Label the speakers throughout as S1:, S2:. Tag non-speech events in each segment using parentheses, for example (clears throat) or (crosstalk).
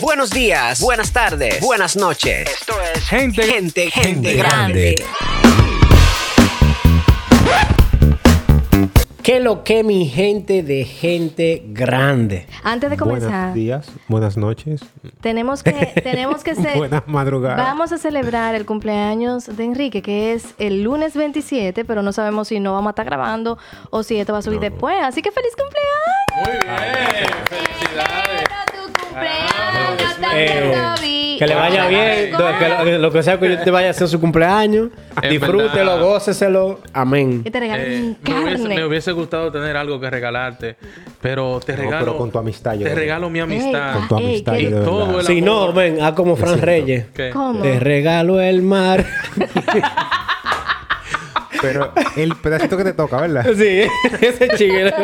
S1: Buenos días, buenas tardes, buenas noches. Esto es Gente, Gente, Gente,
S2: Gente
S1: grande.
S2: grande.
S3: ¿Qué lo que mi gente de gente grande?
S2: Antes de comenzar,
S4: Buenos días, buenas noches,
S2: tenemos que, tenemos
S3: (laughs)
S2: que ser.
S4: buenas madrugadas.
S2: Vamos a celebrar el cumpleaños de Enrique, que es el lunes 27, pero no sabemos si no vamos a estar grabando o si esto va a subir después. Así que feliz cumpleaños.
S5: Muy bien, felicidades. Ah,
S2: tu cumpleaños,
S3: Eh, que le vaya bien, do- que lo, que lo que sea que yo te vaya a hacer su cumpleaños,
S5: Es
S3: disfrútelo,
S5: verdad.
S3: góceselo, amén.
S2: Que te
S5: Eh, me,
S2: regalen
S5: hubiese, me
S2: carne.
S5: hubiese gustado tener algo que regalarte, pero te
S4: No,
S5: regalo.
S4: pero con tu amistad, yo
S5: Te
S4: creo.
S5: regalo mi amistad.
S4: Con tu
S2: Ey,
S4: amistad,
S2: qué-
S4: yo de
S5: Y todo
S4: verdad.
S5: el-
S3: Si no, ven, haz como Fran Reyes.
S5: ¿Qué?
S2: ¿Cómo?
S3: Te regalo el mar.
S1: (laughs)
S4: Pero el pedacito que te toca, ¿verdad?
S3: (laughs) sí, ese chiguero.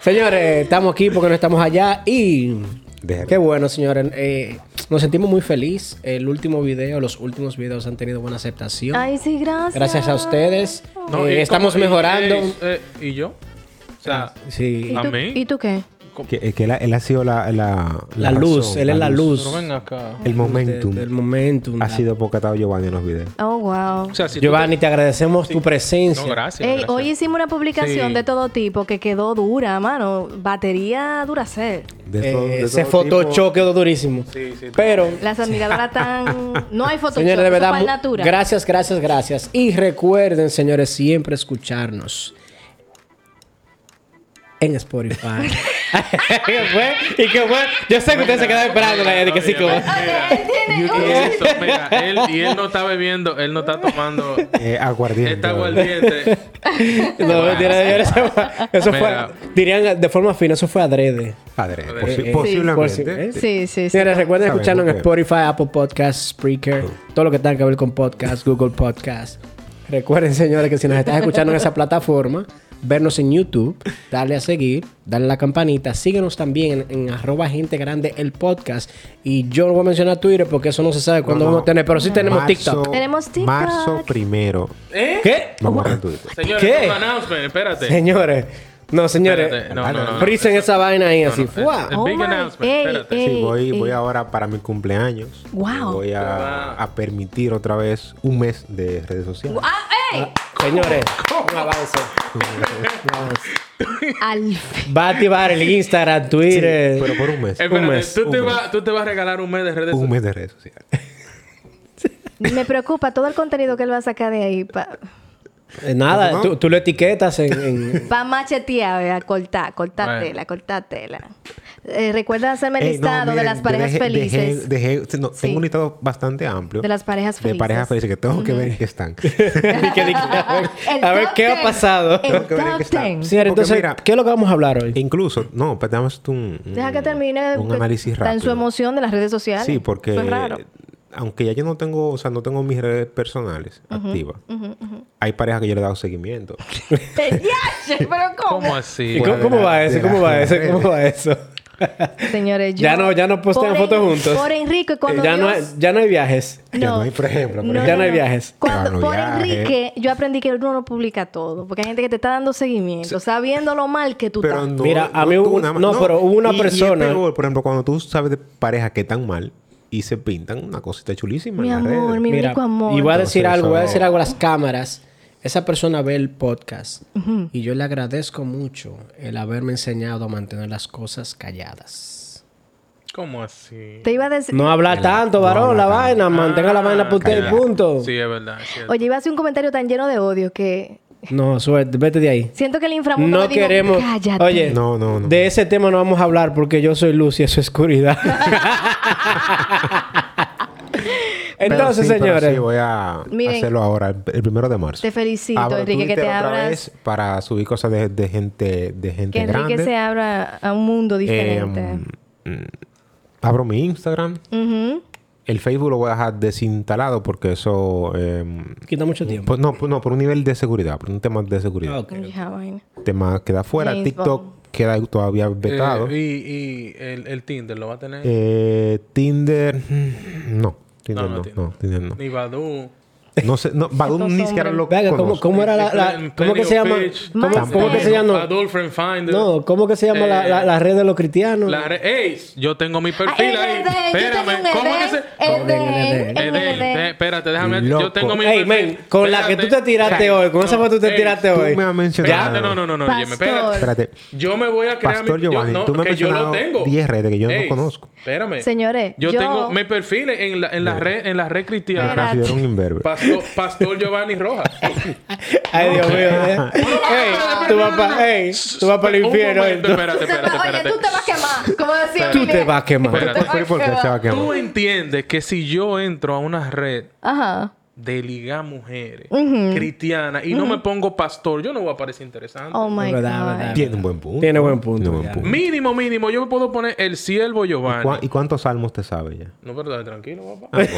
S3: señores, estamos aquí porque no estamos allá y...
S4: Déjame.
S3: Qué bueno, señores. Eh, nos sentimos muy feliz. El último video, los últimos videos han tenido buena aceptación.
S2: Ay, sí, gracias.
S3: Gracias a ustedes.
S5: No,
S3: Eh,
S5: y
S3: estamos
S5: como- y-
S3: mejorando.
S5: eh, eh, ¿Y yo? O sea,
S2: ¿Y
S3: sí.
S5: Ah.
S2: tú,
S5: Amén.
S2: ¿Y tú qué?
S4: Que, eh, que él, ha- él ha sido la... La,
S3: La luz, él es la luz.
S5: pero ven acá.
S4: El momentum.
S3: El momentum.
S4: Ha sido porque ha estado Giovanni en los videos.
S2: Oh, wow.
S5: O sea, si tú
S3: Giovanni, te agradecemos tu
S5: te-
S3: presencia.
S5: No, gracias.
S2: Ey,
S5: gracias.
S2: hoy hicimos una publicación
S5: Sí.
S2: de todo tipo que quedó dura, mano. Batería dura ser.
S4: De
S3: Eh,
S4: todo- de
S3: ese
S4: todo tipo.
S3: Photoshop quedó durísimo.
S5: Sí, sí,
S3: Pero,
S2: Las admiradoras tan. No
S3: (laughs)
S2: hay fotos.
S3: señores, de verdad, mu-
S2: natura.
S3: gracias, gracias, gracias. Y recuerden, señores, siempre escucharnos en Spotify. (laughs) ¿Qué fue? ¿Y qué fue? Yo sé que ustedes se quedan esperando la de que sí que va.
S5: Eso, mira, él, y él no está bebiendo, él no está tomando.
S4: Eh, aguardiente.
S5: Está aguardiente.
S3: (laughs) No, mentira, señores, eso fue, eso fue-
S5: Mira.
S3: dirían de forma fina, eso fue adrede.
S4: Padre, posi-
S5: Eh,
S3: eh,
S4: posiblemente.
S3: posi-
S2: Sí, sí, sí.
S3: Señores, recuerden
S4: Sabemos
S3: escucharnos en
S4: que-
S3: Spotify, Apple Podcasts, Spreaker,
S4: Oh.
S3: todo lo que tenga que ver con podcast, Google Podcast. Recuerden, señores, que si nos estás escuchando en esa plataforma, vernos en YouTube, darle a seguir, darle a la campanita, síguenos también en, en arroba gente grande el podcast. Y yo no voy a mencionar Twitter porque eso no se sabe cuándo
S4: No, no.
S3: vamos a tener, pero sí tenemos TikTok.
S2: Tenemos TikTok.
S4: Marzo primero.
S5: ¿Eh?
S3: ¿Qué?
S4: Vamos a ver Twitter.
S5: Señores,
S3: ¿Qué?
S5: un announcement, espérate.
S3: Señores, no, señores,
S5: Espérate,
S4: Ah,
S5: no, no, no.
S3: frisen esa vaina ahí así.
S5: no, eh,
S3: ¡fua!
S5: eh,
S2: Oh,
S5: big
S2: my-
S5: announcement,
S2: ey,
S5: espérate.
S2: ey,
S4: Sí, voy,
S2: ey.
S4: voy ahora para mi cumpleaños.
S2: Wow.
S4: Voy a, a permitir otra vez un mes de redes sociales.
S2: ¡Ah, ey!
S3: Señores, un avance.
S2: Al fin.
S3: Va a activar el Instagram,
S4: Sí,
S3: Twitter.
S4: pero por un mes.
S5: Espérate,
S3: Un mes,
S5: tú, te
S4: un mes.
S5: vas, tú te vas a regalar un mes de redes
S4: Un
S5: sociales.
S4: mes de redes
S2: (laughs)
S4: sociales.
S2: Me preocupa todo el contenido que él va a sacar de ahí para
S3: Eh, Nada,
S4: ¿No?
S3: tú, tú lo etiquetas en... en-
S2: pa machetear, ¿verdad? cortar, cortar
S5: Bueno.
S2: tela, cortar tela. Eh, recuerda hacerme el
S4: Ey, no,
S2: listado de
S4: miren,
S2: las
S4: yo
S2: parejas
S4: dejé-
S2: felices.
S4: dejé- dejé- no,
S2: Sí.
S4: Tengo un listado bastante amplio.
S2: De las parejas
S4: De
S2: felices.
S4: parejas felices que tengo que ver en qué están.
S3: y
S2: (laughs)
S3: que- y que- a ver,
S2: El
S3: a ver
S2: top
S3: qué ha
S2: 10.
S3: pasado.
S2: El
S4: Tengo que ver en
S2: top
S4: qué está.
S2: 10.
S3: Señores,
S4: Porque
S3: entonces,
S4: mira-
S3: ¿qué es lo que vamos a hablar hoy?
S4: E Incluso, no, pero dame tú un, un-
S2: Deja que termine.
S3: Mm,
S4: un
S2: que
S4: análisis
S2: pues, Está
S4: rápido.
S2: en su emoción de las redes sociales.
S4: Sí, porque
S2: Eso es raro.
S3: (laughs)
S2: (laughs)
S4: aunque ya yo no tengo, o sea, no tengo mis redes personales activas. Hay parejas que yo le he dado seguimiento.
S2: ¡Ya! Pero ¿cómo?
S5: ¿Cómo
S3: ¿Y
S5: así?
S3: cómo,
S4: fuera
S3: cómo
S4: de la-
S3: va
S4: de
S3: eso?
S4: la-
S3: ¿Cómo va
S4: de
S3: eso?
S4: las
S3: ¿Cómo va eso?
S2: Señores, yo...
S3: Ya no- ya no postean
S2: por
S3: fotos
S2: En-
S3: juntos. Eh,
S2: Por Enrique, cuando
S3: Ya no, hay,
S2: Dios-
S3: ya no hay viajes.
S4: Ya no hay, por ejemplo, por
S3: ejemplo. Ya no hay viajes.
S2: Cuando,
S4: Ya no
S2: por
S4: viajes.
S2: Enrique, yo aprendí que uno no publica todo. Porque hay gente que te está dando seguimiento. Sabiendo lo mal que (laughs) tú
S4: Pero
S2: estás.
S4: no,
S3: Mira, a mí
S4: tú
S3: hubo-
S4: nada más-
S3: no, pero hubo una
S4: Y- y es
S3: persona-
S4: peor, por ejemplo, cuando tú sabes de parejas que están mal y se pintan una cosita chulísima
S2: Mi
S4: en las
S2: amor,
S4: redes.
S2: mi
S3: Mira,
S2: único amor.
S3: y voy a decir
S4: Entonces,
S3: algo,
S4: eso-
S3: voy a decir algo a las cámaras. Esa persona ve el podcast y yo le agradezco mucho el haberme enseñado a mantener las cosas calladas.
S5: ¿Cómo así?
S2: Te iba a decir...
S3: No habla tanto, varón, la vaina, Ah, mantenga la vaina por usted y
S4: calla.
S3: punto.
S5: Ah, Sí, es verdad. es cierto.
S2: Oye, iba a hacer un comentario tan lleno de odio que...
S3: No, suerte, vete de ahí.
S2: Siento que el inframundo
S3: No
S2: me dijo,
S3: queremos.
S2: "Cállate".
S3: Oye,
S4: No, no, no.
S3: de ese tema no vamos a hablar porque yo soy luz y eso es oscuridad.
S2: (laughs)
S3: (laughs)
S4: Pero
S3: Entonces,
S4: sí, pero
S3: señores,
S4: sí, voy a
S2: Miren,
S4: hacerlo ahora, el el primero de marzo.
S2: Te felicito,
S4: Abro
S2: Enrique, que
S4: Twitter
S2: te
S4: otra
S2: abras-
S4: vez para subir cosas de, de gente, de gente
S2: que Enrique
S4: grande.
S2: se abra a un mundo
S4: Eh,
S2: diferente.
S4: mm, mm, abro mi Instagram.
S2: Ujú.
S4: El Facebook lo voy a dejar desinstalado porque eso... eh,
S3: quita mucho tiempo.
S4: pues no, pues no, por un nivel de seguridad, por un tema de
S2: Ah,
S4: seguridad.
S3: Ok.
S2: Ya, vaina.
S4: Tema queda fuera.
S2: Facebook.
S4: TikTok queda todavía
S5: Eh,
S4: vetado.
S5: y y el, el Tinder lo va a tener.
S4: Eh, Tinder... mm, No, Tinder
S5: No, no,
S4: no, no,
S5: Tinder.
S4: Tinder no.
S5: Ni Badoo.
S4: No sé, no, Badum ni
S2: hombres.
S4: siquiera lo
S3: Venga, ¿cómo,
S4: conozco.
S3: cómo era la, la-
S5: Plenty
S3: cómo que
S5: of
S3: se llama?
S5: fish.
S3: ¿Cómo,
S2: Tampoco.
S3: cómo que se llama?
S5: Adult Friend Finder.
S3: No, ¿cómo que se llama la, la- la red de los cristianos?
S5: La re- ¡Ey! Yo tengo mi
S2: Ah,
S5: perfil ahí. Espérame. ¿Cómo es que se...?
S2: Edén,
S3: Edén, Edén.
S2: Edén,
S5: Eh, de-
S2: Edén.
S5: de- espérate, déjame.
S4: Loco.
S5: Yo tengo mi.
S3: Ey,
S5: perfil.
S3: men, con la que tú te tiraste
S5: Ey,
S3: hoy, con esa foto que tú te
S5: ey,
S3: tiraste
S4: Tú
S3: hoy.
S4: me has mencionado.
S5: Espérate, no, no, no, no, Jimmy, espérate.
S4: Espérate.
S5: Yo me voy a crear
S4: Pastor
S5: mi yo-
S4: Giovanni,
S5: no,
S4: tú me has
S5: que yo lo
S4: mencionado
S5: tengo.
S4: 10 redes que yo no
S5: Ey,
S4: conozco.
S5: Espérame.
S2: Señores,
S5: yo,
S2: yo-
S5: tengo
S2: (laughs)
S5: mi perfil en la, en las redes en las redes
S4: Me
S5: cristianas.
S2: Espérate.
S4: considero un imberbe.
S5: Pastor, Pastor Giovanni Rojas.
S2: (laughs)
S3: Ay, Dios mío. eh.
S5: (laughs)
S3: Ey, tú vas para ey, tú vas para el
S5: Un
S3: infierno. eh,
S5: momento,
S3: tú-
S5: espérate,
S2: Tú te
S5: espérate,
S2: vas-
S5: espérate.
S2: Oye, tú te vas a quemar. Como decía
S3: Tú
S2: Miguel.
S3: te vas a quemar.
S5: Espérate.
S4: ¿Por qué? ¿Por qué? Se va a
S5: Tú
S4: quemar.
S5: entiendes que si yo entro a una red
S2: Ajá.
S5: de liga mujeres cristiana y no me pongo pastor, yo no voy a parecer interesante.
S2: Oh my
S3: Verdad,
S2: God.
S3: verdad.
S4: Tiene un buen punto.
S3: Tiene buen punto,
S4: Tiene buen
S3: ya.
S4: punto.
S5: Mínimo, mínimo, yo me puedo poner el siervo Giovanni.
S4: ¿Cuá- ¿Y Ah. cuántos salmos te sabes ya?
S5: No, pero dale tranquilo, papá.
S2: Es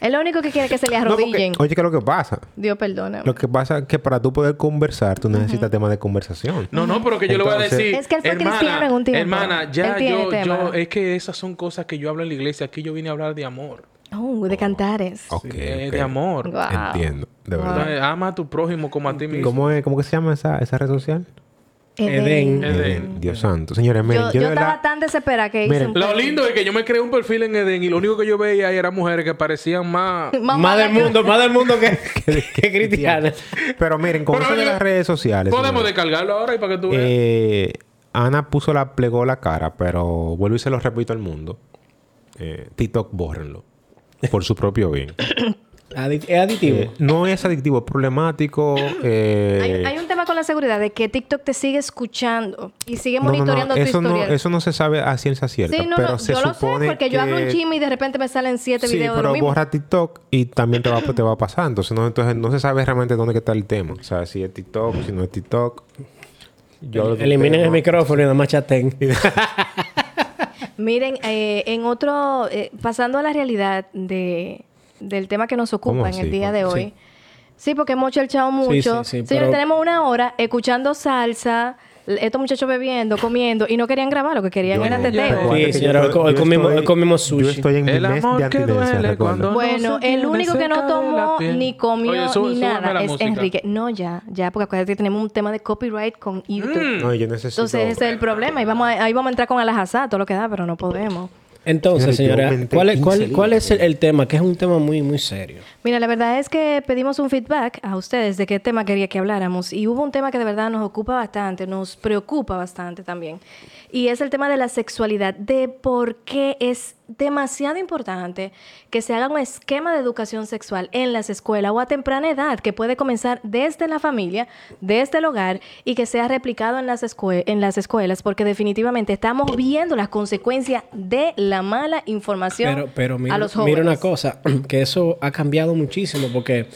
S2: Ah, lo único que quiere que se le
S4: No, porque-
S2: arrodillen.
S4: oye, ¿qué es lo que pasa?
S2: Dios perdona.
S4: Lo que pasa es que para tú poder conversar, tú necesitas temas de conversación.
S5: No, no, pero que yo le voy a
S4: Entonces-
S5: decir.
S2: Es que él fue
S5: hermana,
S2: cristiano en un tiempo.
S5: Hermana,
S2: Él
S5: ya
S2: tiene
S5: yo,
S2: tema.
S5: yo. Es que esas son cosas que yo hablo en la iglesia. Aquí yo vine a hablar de amor.
S2: Oh, de cantares.
S4: Ok,
S5: Eh,
S4: ok.
S5: De amor.
S2: Guau.
S4: Entiendo, de verdad.
S5: Entonces, ama a tu prójimo como a ti mismo.
S4: ¿Cómo, es- cómo que se llama esa, esa red social?
S2: Edén.
S5: Edén.
S4: Eh, Dios santo. Señores, miren,
S2: Yo,
S4: yo,
S2: yo
S4: de
S2: estaba
S4: verdad...
S2: tan desesperada que hice
S4: Miren,
S2: un
S5: Lo lindo es que yo me creé un perfil en Edén y lo único que yo veía ahí eran mujeres que parecían más.
S2: (laughs) Mamá,
S3: Más del
S2: la-
S3: mundo, más del mundo (laughs) que, que, que cristiano.
S4: Pero miren, con
S5: Pero
S4: eso de
S5: yo-
S4: las redes sociales...
S5: Podemos
S4: señores,
S5: descargarlo ahora y para que tú veas.
S4: eh, Ana puso la... plegó la cara, pero vuelvo y se lo repito al mundo. Eh, TikTok, bórrenlo. Por su propio
S3: (laughs)
S4: bien.
S3: Adi- Es aditivo.
S4: Eh, no es adictivo, es problemático. eh,
S2: Hay, hay un tema con la seguridad de que TikTok te sigue escuchando y sigue
S4: no, no, no,
S2: monitoreando tu
S4: eso no,
S2: historial.
S4: eso no se sabe a ciencia cierta.
S2: sí, no,
S4: pero
S2: no,
S4: se
S2: yo lo sé
S4: supone
S2: porque yo hablo un
S4: que-
S2: chisme y de repente me salen siete
S4: Sí,
S2: videos de lo
S4: pero
S2: mismo.
S4: borra TikTok y también te va, te va a pasar. Entonces no, entonces no se sabe realmente dónde que está el tema. O sea, si es TikTok, si no es TikTok. Yo hablo de un
S3: Eliminen el
S4: tema.
S3: micrófono y nada más (laughs) chaten.
S2: Miren, eh, en otro, eh, pasando a la realidad de, del tema que nos
S4: ¿Cómo
S2: ocupa en el
S4: así?
S2: día de
S4: ¿Cómo?
S2: hoy.
S4: Sí.
S2: Sí. porque hemos chelchado mucho.
S3: sí, sí,
S2: Señores,
S3: pero-
S2: tenemos una hora escuchando salsa, l- estos muchachos bebiendo, comiendo, y no querían grabar, lo que querían era teteo.
S4: Recuerda
S3: Sí,
S4: que
S3: señora,
S4: yo
S3: hoy co- hoy
S4: yo
S3: comimos-
S4: estoy-
S3: hoy comimos
S4: Yo
S3: sushi.
S4: estoy en mi
S5: El
S4: mes de
S5: amor que
S4: abstinencia,
S5: duele
S4: recuerda.
S5: cuando-
S2: Bueno,
S5: No se
S2: el único que
S5: tiene
S2: no
S5: cerca de la
S2: tomó
S5: piel.
S2: ni comió
S5: Oye, sube-
S2: ni
S5: súbeme
S2: nada
S5: la
S2: es
S5: música.
S2: Enrique. No, ya, ya, porque acuérdate que tenemos un tema de copyright con
S5: Mm.
S2: YouTube.
S4: No, yo necesito.
S2: Entonces, ese es el problema. Y vamos a- ahí vamos a entrar con Alajazá, todo lo que da, pero no podemos.
S3: Entonces,
S4: Señores, yo
S3: señora,
S4: aumenté
S3: ¿cuál, es-
S4: 15
S3: cuál, cuál
S4: libras.
S3: es el, el tema? Que es un tema muy, muy serio.
S2: Mira, la verdad es que pedimos un feedback a ustedes de qué tema quería que habláramos y hubo un tema que de verdad nos ocupa bastante, nos preocupa bastante también. Y es el tema de la sexualidad, de por qué es demasiado importante que se haga un esquema de educación sexual en las escuelas o a temprana edad, que puede comenzar desde la familia, desde el hogar y que sea replicado en las, escue- en las escuelas, porque definitivamente estamos viendo las consecuencias de la mala información
S3: Pero, pero mira,
S2: a los jóvenes.
S3: mira una cosa, (clears throat) que eso ha cambiado muchísimo porque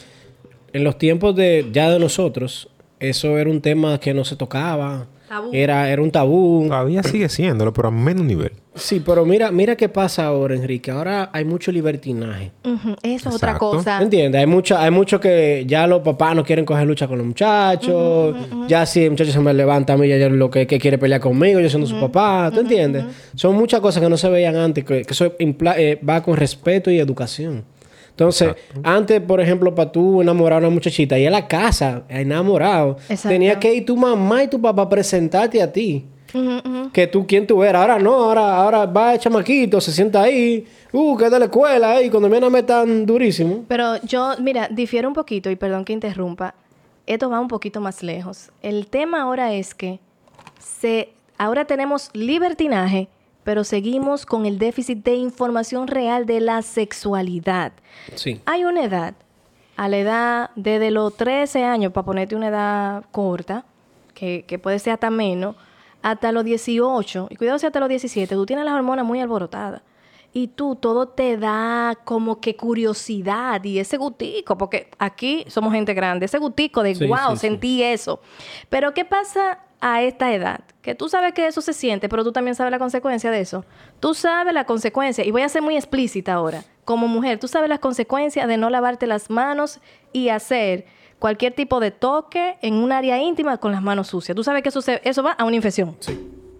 S3: en los tiempos de ya de nosotros, eso era un tema que no se tocaba.
S2: Tabú.
S3: Era, era un tabú.
S4: Todavía sigue siéndolo, pero a menos nivel.
S3: Sí, pero mira, mira qué pasa ahora, Enrique. Ahora hay mucho libertinaje.
S2: Ujú, Eso es otra
S4: Exacto.
S2: cosa.
S3: ¿Entiendes? Hay mucho, hay mucho que ya los papás no quieren coger lucha con los muchachos. Ya si el muchacho se me levanta a mí, ya yo lo que, que quiere pelear conmigo, yo siendo su papá. ¿Tú entiendes? Son muchas cosas que no se veían antes, que, que eso impla- eh, va con respeto y educación. Entonces, antes, por ejemplo, para tú enamorar a una muchachita y a la casa, enamorado,
S2: Exacto.
S3: tenía que ir tu mamá y tu papá a presentarte a ti.
S2: Ujú, ujú.
S3: Que tú, quién tú eras. Ahora no, ahora, ahora va el chamaquito, se sienta ahí. Uh, que es de la escuela, eh, y cuando viene a metan durísimo.
S2: Pero yo, mira, difiero un poquito y perdón que interrumpa. Esto va un poquito más lejos. El tema ahora es que se, ahora tenemos libertinaje, pero seguimos con el déficit de información real de la sexualidad.
S3: Sí.
S2: Hay una edad, a la edad desde los 13 años, para ponerte una edad corta, que, que puede ser hasta menos, hasta los 18, y cuidado si hasta los 17, tú tienes las hormonas muy alborotadas. Y tú, todo te da como que curiosidad y ese gustico, porque aquí somos gente grande, ese gustico de
S3: Sí,
S2: wow,
S3: sí, sí.
S2: sentí eso. Pero ¿qué pasa a esta edad? Que tú sabes que eso se siente, pero tú también sabes la consecuencia de eso. Tú sabes la consecuencia, y voy a ser muy explícita ahora, como mujer, tú sabes las consecuencias de no lavarte las manos y hacer cualquier tipo de toque en un área íntima con las manos sucias. Tú sabes que eso, se- eso va a una infección.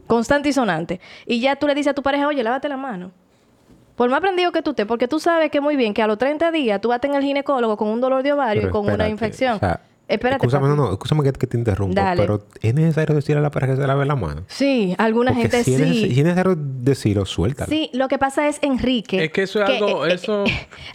S2: Constante y sonante. Y ya tú le dices a tu pareja, oye, lávate las manos. Por más aprendido que tú estés, porque tú sabes que muy bien que a los 30 días tú vas a tener el ginecólogo con un dolor de ovario
S4: Pero
S2: y con una
S4: espérate,
S2: infección.
S4: o sea,
S2: espérate.
S4: Escúchame, no,
S2: papi.
S4: no, escúchame que, que te interrumpo.
S2: Dale.
S4: Pero es necesario decirle a la pareja que se lave la mano.
S2: Sí, alguna
S4: Porque
S2: gente sí.
S4: si Es, nece- si es necesario decirlo, suéltalo.
S2: Sí, lo que pasa es, Enrique. eh,
S5: Es que eso es algo- eso-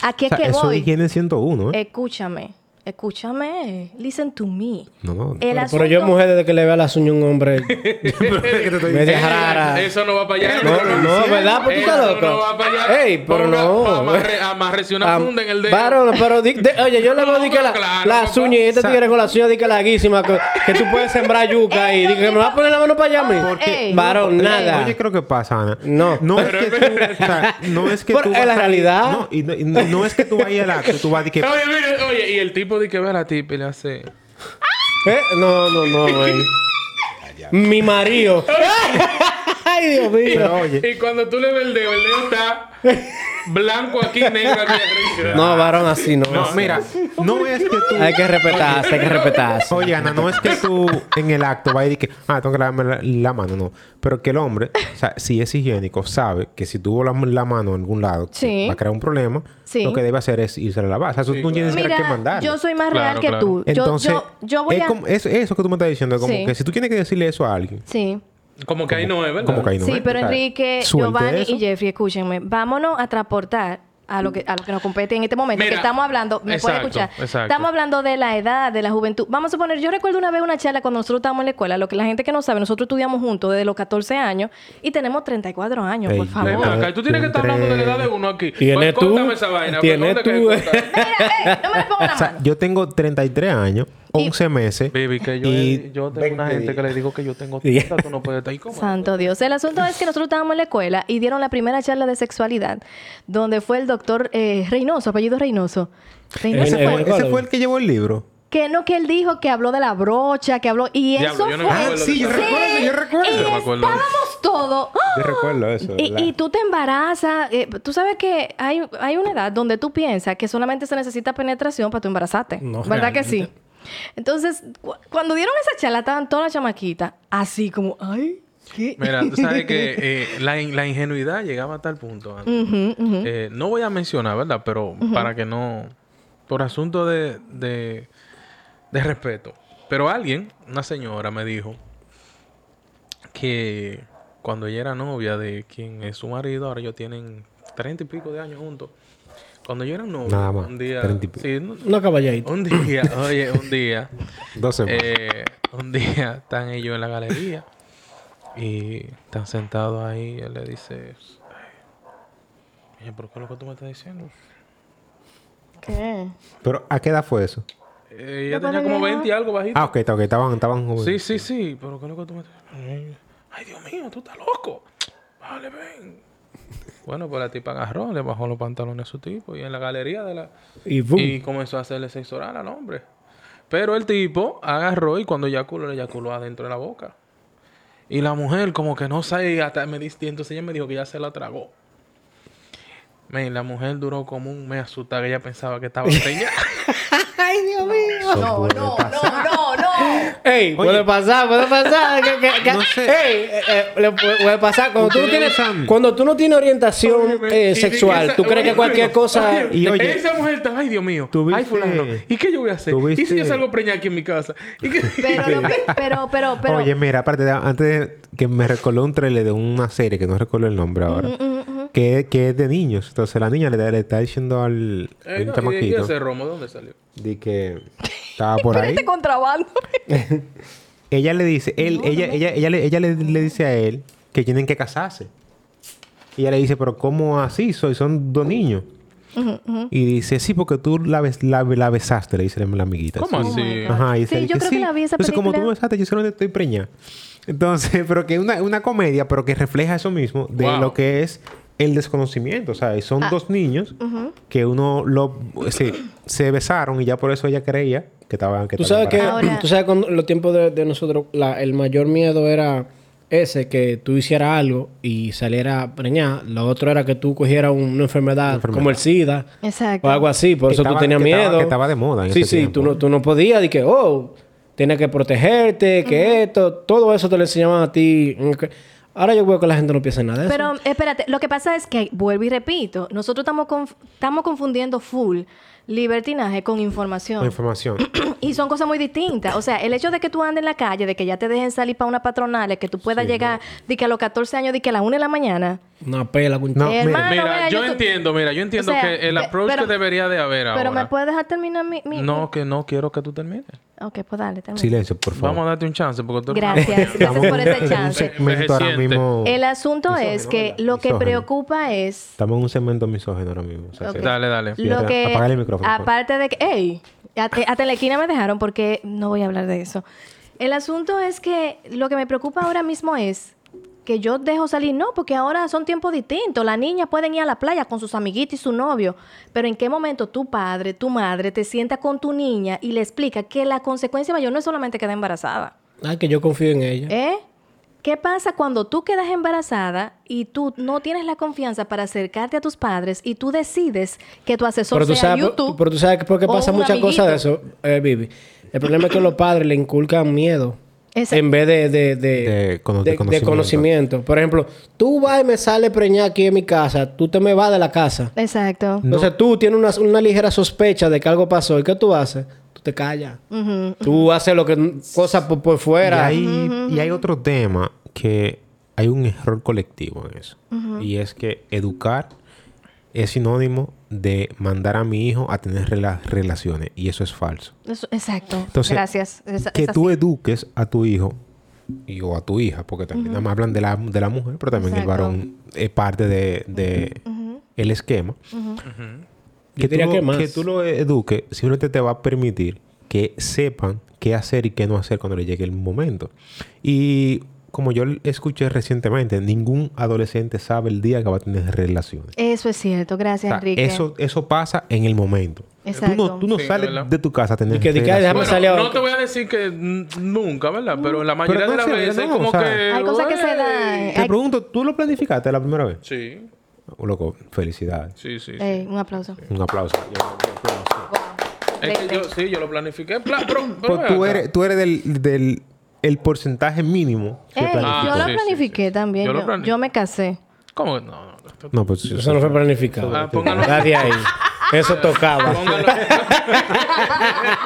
S2: aquí
S4: O
S2: es
S4: sea,
S2: que
S4: eso
S2: voy.
S4: es higiene 101, ¿eh?
S2: Escúchame, escúchame. Listen to me.
S4: no, no.
S2: El
S3: Pero,
S2: asunto-
S3: yo, mujer, desde que le vea la uña a un
S5: (laughs)
S3: hombre.
S4: Pero es que te
S3: (laughs)
S4: estoy
S3: Me
S4: diciendo.
S3: deja rara. Eh,
S5: Eso no va para allá.
S3: No,
S5: Eso
S3: no,
S5: va-
S3: ¿verdad? Pues tú estás
S5: Eso
S3: loco.
S5: no va para allá.
S3: Ey, pero
S5: Ponga-
S3: no.
S5: pa- amarre- Amarrese una
S3: Am-
S5: funda en el dedo.
S3: Varón, pero di- de- oye, yo le veo di que la,
S5: No, claro,
S3: las
S5: papá.
S3: uñas y este
S4: Sa-
S3: tigre con las uñas di que larguísimas, que, que tú puedes sembrar yuca
S2: Ey,
S3: y di
S2: no,
S3: que me va a poner la mano para allá a mí.
S2: Oh, Porque- ey.
S3: Varón,
S4: Oye,
S3: nada.
S4: Oye, creo que pasa, Ana.
S3: No.
S4: No es que tú... o sea, no es que
S3: Pero
S4: tú
S3: es la
S4: vas a-
S3: realidad.
S4: No, y no, y no- no es que tú vayas al acto. Tú vas a (laughs) decir que...
S5: Oye, mire, oye, y el tipo de que ve a la tipa y le hace.
S3: Eh, No, no, no, güey. Mi
S5: (laughs)
S3: marido. Ay, Dios
S4: Pero
S3: mío.
S4: oye...
S5: Y cuando tú le ves el dedo, el dedo
S3: (laughs)
S5: está blanco aquí, negro aquí Ah, arriba.
S3: No, varón, así no.
S4: No,
S3: así
S4: mira. No es que tú...
S3: Hay que respetarse, hay que respetarse.
S4: Oye, Ana, no es que tú en el acto vayas y que, ah, tengo que lavarme la, la mano, no. Pero que el hombre, o sea, si es higiénico, sabe que si tuvo la, la mano en algún lado, que
S2: Sí.
S4: va a crear un problema,
S2: Sí.
S4: lo que debe hacer es irse a lavar. O sea, tú no tienes siquiera que
S2: Mira,
S4: mandar.
S2: yo soy más real
S5: Claro,
S2: que
S5: claro.
S2: tú. Yo-
S4: Entonces,
S2: yo, yo voy
S4: es
S2: a.
S4: como- es- eso que tú me estás diciendo, es como
S2: Sí.
S4: que si tú tienes que decirle eso a alguien,
S2: Sí.
S5: Como que ahí no es, ¿verdad?
S4: como que ahí no
S2: Sí,
S4: es,
S2: pero
S4: o sea,
S2: Enrique,
S4: suelte
S2: Giovanni
S4: eso.
S2: y Jeffrey, escúchenme. Vámonos a transportar a lo que, a lo que nos compete en este momento.
S5: Mira,
S2: que estamos hablando, me pueden
S5: exacto,
S2: escuchar.
S5: exacto.
S2: Estamos hablando de la edad, de la juventud. Vamos a suponer, yo recuerdo una vez una charla cuando nosotros estábamos en la escuela. Lo que la gente que no sabe, nosotros estudiamos juntos desde los 14 años y tenemos 34 años,
S4: Ey,
S2: por
S5: Ven
S2: favor.
S5: acá, y tú tienes que estar hablando de la edad de uno aquí.
S3: Tienes
S5: Pues, córtame
S3: tú,
S5: esa vaina.
S3: tienes
S5: ¿dónde
S3: tú, eh?
S5: que cortar?
S2: Mira, ey, no me le pongan la
S4: O sea,
S2: mano.
S4: yo tengo 33 años, 11 meses.
S5: Baby, que yo,
S4: y
S5: yo tengo una
S4: 20
S5: gente que le digo que yo tengo 30, tú no puedes estar ahí
S2: (laughs)
S5: como.
S2: Santo Dios. El asunto es que nosotros estábamos en la escuela y dieron la primera charla de sexualidad, donde fue el doctor eh, Reynoso, apellido Reynoso. Reynoso
S3: Eh,
S2: fue.
S3: eh,
S4: Ese fue el que llevó el libro.
S2: Que no, que él dijo que habló de la brocha, que habló. Y
S5: Diablo,
S2: eso
S5: yo no me
S2: fue.
S5: acuerdo de eso.
S4: recuerdo, yo recuerdo.
S2: Y
S5: Yo me acuerdo.
S2: estábamos todos.
S4: Yo recuerdo eso,
S2: Y,
S4: la-
S2: y tú te embarazas. eh, tú sabes que hay, hay una edad donde tú piensas que solamente se necesita penetración para tú embarazarte.
S3: No,
S2: ¿Verdad que sí?
S3: realmente.
S2: Entonces, cu- cuando dieron esa charla, estaban todas las chamaquitas así como, ay, ¿qué?
S5: Mira, tú sabes
S2: (laughs)
S5: que eh, la, in- la ingenuidad llegaba a tal punto. Ana. Eh, no voy a mencionar, ¿verdad? Pero para que no... Por asunto de, de, de respeto. Pero alguien, una señora, me dijo que cuando ella era novia de quien es su marido, ahora ellos tienen treinta y pico de años juntos. Cuando yo era novia,
S4: Nada más,
S5: un día...
S4: 30 y pico.
S5: Sí, no-
S3: No, caballadito.
S5: un día, oye, un día...
S4: 12 meses.
S5: Eh, un día (laughs) están ellos en la galería y están sentados ahí y él le dice, "Ay, oye, ¿por qué lo que tú me estás diciendo?
S2: ¿Qué?
S4: Pero ¿a qué edad fue eso?
S5: Eh, ella
S2: ¿No
S5: tenía
S2: para
S5: como
S2: vieja?
S5: 20 y algo bajito.
S4: Ah, ok, ok, estaban, estaban jóvenes.
S5: sí, sí, sí, pero ¿qué es lo que tú me estás diciendo? Ay, Dios mío, tú estás loco. Vale, ven. Bueno, pues la tipa agarró, le bajó los pantalones a su tipo y en la galería de la...
S3: Y boom.
S5: Y comenzó a hacerle sexo oral al hombre. Pero el tipo agarró y cuando eyaculó, le eyaculó adentro de la boca. Y la mujer como que no sabía, hasta me dice, y entonces ella me dijo que ya se la tragó. Men, la mujer duró como un mes asustada que ella pensaba
S3: (laughs)
S5: que estaba preñada.
S3: Ay, Dios mío.
S2: No, no, no, no, no.
S4: (laughs)
S3: Ey, puede pasar, puede pasar. que- que- que-
S4: No sé.
S3: Ey, eh, eh, le pu- puede pasar. Cuando tú, no
S4: Ustedes
S3: tienes,
S4: usan-
S3: cuando tú no tienes orientación eh,
S5: Y di que
S3: sexual,
S5: esa-
S3: tú crees
S5: oye,
S3: que cualquier
S5: oye,
S3: cosa.
S5: oye,
S4: y oye-
S5: esa mujer estaba, ay Dios mío,
S4: Tuviste-
S5: ay fulano, ¿y qué yo voy a hacer? ¿Y si
S4: tuviste-
S5: yo salgo preñada aquí en mi casa? ¿Y qué- (laughs)
S2: Pero, lo que- pero, pero, pero.
S4: Oye, mira, aparte, de- antes de- que me recordó un trailer de una serie que no recuerdo el nombre
S2: Mm,
S4: ahora, que, que es de niños. Entonces la niña le, da- le está diciendo al
S5: Eh,
S4: al
S5: no, y- y
S4: chamaquito
S5: ese romo, ¿de dónde salió?
S4: de que estaba por
S2: pero
S4: ahí.
S2: este contrabando.
S4: Ella le dice, él, ella, ella, ella, le, ella le, le dice a él que tienen que casarse. Y ella le dice, pero ¿cómo así? Soy, son dos niños. Y dice, sí, porque tú la, bes- la, la besaste, le dice la, la amiguita.
S5: ¿Cómo
S4: Sí.
S5: así?
S4: Ajá, y dice
S2: Sí,
S4: él
S2: yo creo que la vi esa
S4: Entonces, como tú
S2: película.
S4: me besaste, yo solamente estoy preñada. Entonces, (laughs) pero que es una, una comedia, pero que refleja eso mismo de
S5: Wow.
S4: lo que es el desconocimiento. O sea, y
S2: Ah,
S4: son dos niños que uno lo, se, se besaron y ya por eso ella creía que estaban... Que
S3: Tú
S4: estaban
S3: sabes que,
S4: embarazadas.
S2: Ahora-
S3: tú sabes cuando en los tiempos de, de nosotros, la- el mayor miedo era ese, que tú hicieras algo y saliera preñada. Lo otro era que tú cogieras un- una enfermedad,
S4: enfermedad.
S3: como el SIDA
S2: Exacto.
S3: o algo así. Por
S4: Que
S3: eso
S4: estaba-
S3: tú tenías
S4: que estaba-
S3: miedo.
S4: que estaba de moda en
S3: sí,
S4: ese
S3: sí,
S4: tiempo.
S3: tú no, tú no podías. Y que, oh, tienes que protegerte, que esto, todo eso te lo enseñaban a ti. Ahora yo veo que la gente no piensa en nada de eso.
S2: Pero espérate, lo que pasa es que, vuelvo y repito, nosotros estamos conf- estamos confundiendo full libertinaje con
S4: La
S2: información.
S4: información.
S2: Y son cosas muy distintas. O sea, el hecho de que tú andes en la calle, de que ya te dejen salir para una patronal, de que tú puedas llegar de que a los 14 años, de que a las 1 de la mañana.
S3: Una pela con
S4: No,
S2: Hermano,
S4: mira,
S5: Mira,
S2: Ah, vea,
S5: yo
S2: tú-
S5: entiendo, mira, yo entiendo
S2: O sea,
S5: que el
S2: pe-
S5: approach
S2: pero-
S5: que debería de haber ahora.
S2: Pero me puedes dejar terminar mi, mi-
S5: No, que no quiero que tú termines.
S2: Ok, pues dale, termina.
S4: silencio, por favor.
S5: Vamos a darte un chance porque tú eres una-
S2: Gracias. Gracias por
S4: en
S2: ese
S4: un
S2: chance.
S4: segmento ahora
S5: Envejeciente.
S4: mismo.
S2: El asunto es que
S4: ¿verdad?
S2: lo que
S4: Misógino.
S2: preocupa es
S4: Estamos en un segmento misógeno ahora mismo. o sea,
S2: Ok.
S5: (laughs)
S4: que-
S5: Dale, dale.
S4: Sí,
S2: Lo
S4: atra-
S2: que,
S4: apágale el micrófono, pues. por favor.
S2: Aparte de que, ¡Ey! Hasta, hasta en la esquina me dejaron porque no voy a hablar de eso. El asunto es que lo que me preocupa ahora mismo es que yo dejo salir, no, porque ahora son tiempos distintos. Las niñas pueden ir a la playa con sus amiguitas y su novio, pero ¿en qué momento tu padre, tu madre te sienta con tu niña y le explica que la consecuencia mayor no es solamente quedar embarazada?
S3: Ay, que yo confío en ella.
S2: ¿Eh? ¿Qué pasa cuando tú quedas embarazada y tú no tienes la confianza para acercarte a tus padres y tú decides que tu asesor
S3: pero, tú
S2: sea
S3: sabes,
S2: YouTube?
S3: pero, pero tú sabes que porque
S2: o
S3: pasa
S2: un
S3: muchas
S2: amiguito?
S3: cosas de eso, eh, Vivi. El problema es que los padres le inculcan miedo.
S2: Esa-
S3: En vez de, de, de-
S4: De cono- de
S3: de- de
S4: conocimiento.
S3: conocimiento. Por ejemplo, tú vas y me sales preñada aquí en mi casa. Tú te me vas de la casa.
S2: Exacto.
S3: Entonces tú tienes una, una ligera sospecha de que algo pasó. ¿Y qué tú haces? Tú te callas. Tú haces lo que cosas por, por
S4: Y
S3: fuera.
S4: hay, y hay otro tema que hay un error colectivo en eso. Y es que educar es sinónimo de mandar a mi hijo a tener rela- relaciones. Y eso es falso.
S2: Eso- exacto.
S4: Entonces,
S2: Gracias. Esa-
S4: que
S2: esa-
S4: tú eduques a tu hijo y, o a tu hija, porque también nada más hablan de la, de la mujer, pero también
S2: Exacto.
S4: el varón es parte de, de el esquema.
S3: Yo
S4: Que, tú
S3: diría
S4: lo,
S3: que más.
S4: que tú lo eduques, simplemente te va a permitir que sepan qué hacer y qué no hacer cuando le llegue el momento. Y como yo escuché recientemente, ningún adolescente sabe el día que va a tener relaciones.
S2: Eso es cierto. Gracias,
S4: O sea,
S2: Enrique.
S4: Ah, eso, eso pasa en el momento. Tú
S2: Exacto.
S4: no, tú no
S5: Sí,
S4: sales
S5: ¿verdad?
S4: de tu casa a tener
S3: Y que- y que, ay,
S4: relaciones.
S3: déjame
S5: Bueno,
S3: salió-
S5: no te voy a decir que n- nunca, ¿verdad? Pero la mayoría
S4: Pero no
S5: de las
S4: se ve,
S5: veces
S4: no,
S5: como
S4: o sea.
S5: que...
S2: Hay cosas que se eh.
S5: "Ey".
S2: dan.
S4: Te
S2: Hay-
S4: pregunto, ¿tú lo planificaste la primera vez?
S5: Sí,
S4: Oh, Loco, felicidades.
S5: sí, sí. sí.
S2: Ey, un aplauso.
S4: Un aplauso.
S5: Es que yo, sí, yo lo planifiqué.
S4: (clears throat)
S5: Pla- pero- pero
S4: Pero
S5: ven
S4: Pues tú
S5: acá.
S4: eres, tú eres del, del el porcentaje mínimo que
S2: Ey,
S4: planificó.
S5: planificó.
S2: yo lo
S5: Ah, sí, sí,
S2: planifiqué
S5: sí.
S2: también.
S5: Yo
S2: Yo,
S5: lo planifiqué.
S2: yo me casé.
S5: ¿Cómo que no? no, no.
S4: No, pues yo
S3: Eso no fue planificado.
S5: Ah, póngalo.
S3: Nadie ahí. Eso tocaba.
S5: Póngalo. (laughs)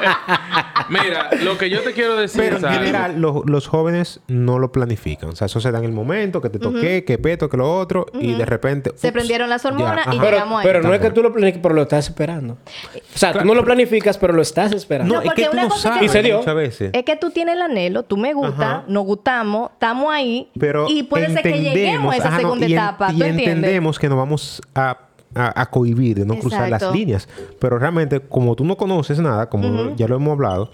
S5: Mira, lo que yo te quiero decir
S4: Pero
S5: es
S4: en
S5: algo.
S4: general, los, los jóvenes no lo planifican. O sea, eso se da en el momento, que te toqué, que peto, que lo otro, y de repente.
S2: Se
S4: ups,
S2: prendieron las hormonas
S4: ya,
S2: y
S4: ajá.
S3: Pero,
S2: llegamos ahí.
S3: pero no es que tú lo planificas, pero lo estás esperando. O sea, tú no lo planificas, pero lo estás esperando.
S4: No, es
S2: porque
S4: que tú
S2: una
S4: no
S2: cosa que- Eh,
S4: sabes
S3: Y se dio.
S4: muchas veces.
S2: Es que tú tienes el anhelo, tú me gusta,
S4: Ajá.
S2: nos gustamos, estamos ahí.
S4: Pero
S2: y puede ser que lleguemos a esa
S4: ajá, no,
S2: segunda
S4: y en-
S2: etapa.
S4: Y
S2: ¿Tú entiendes?
S4: entendemos que nos vamos a, a, a cohibir de no cruzar las
S2: Exacto.
S4: líneas. Pero realmente, como tú no conoces nada, como ya lo hemos hablado,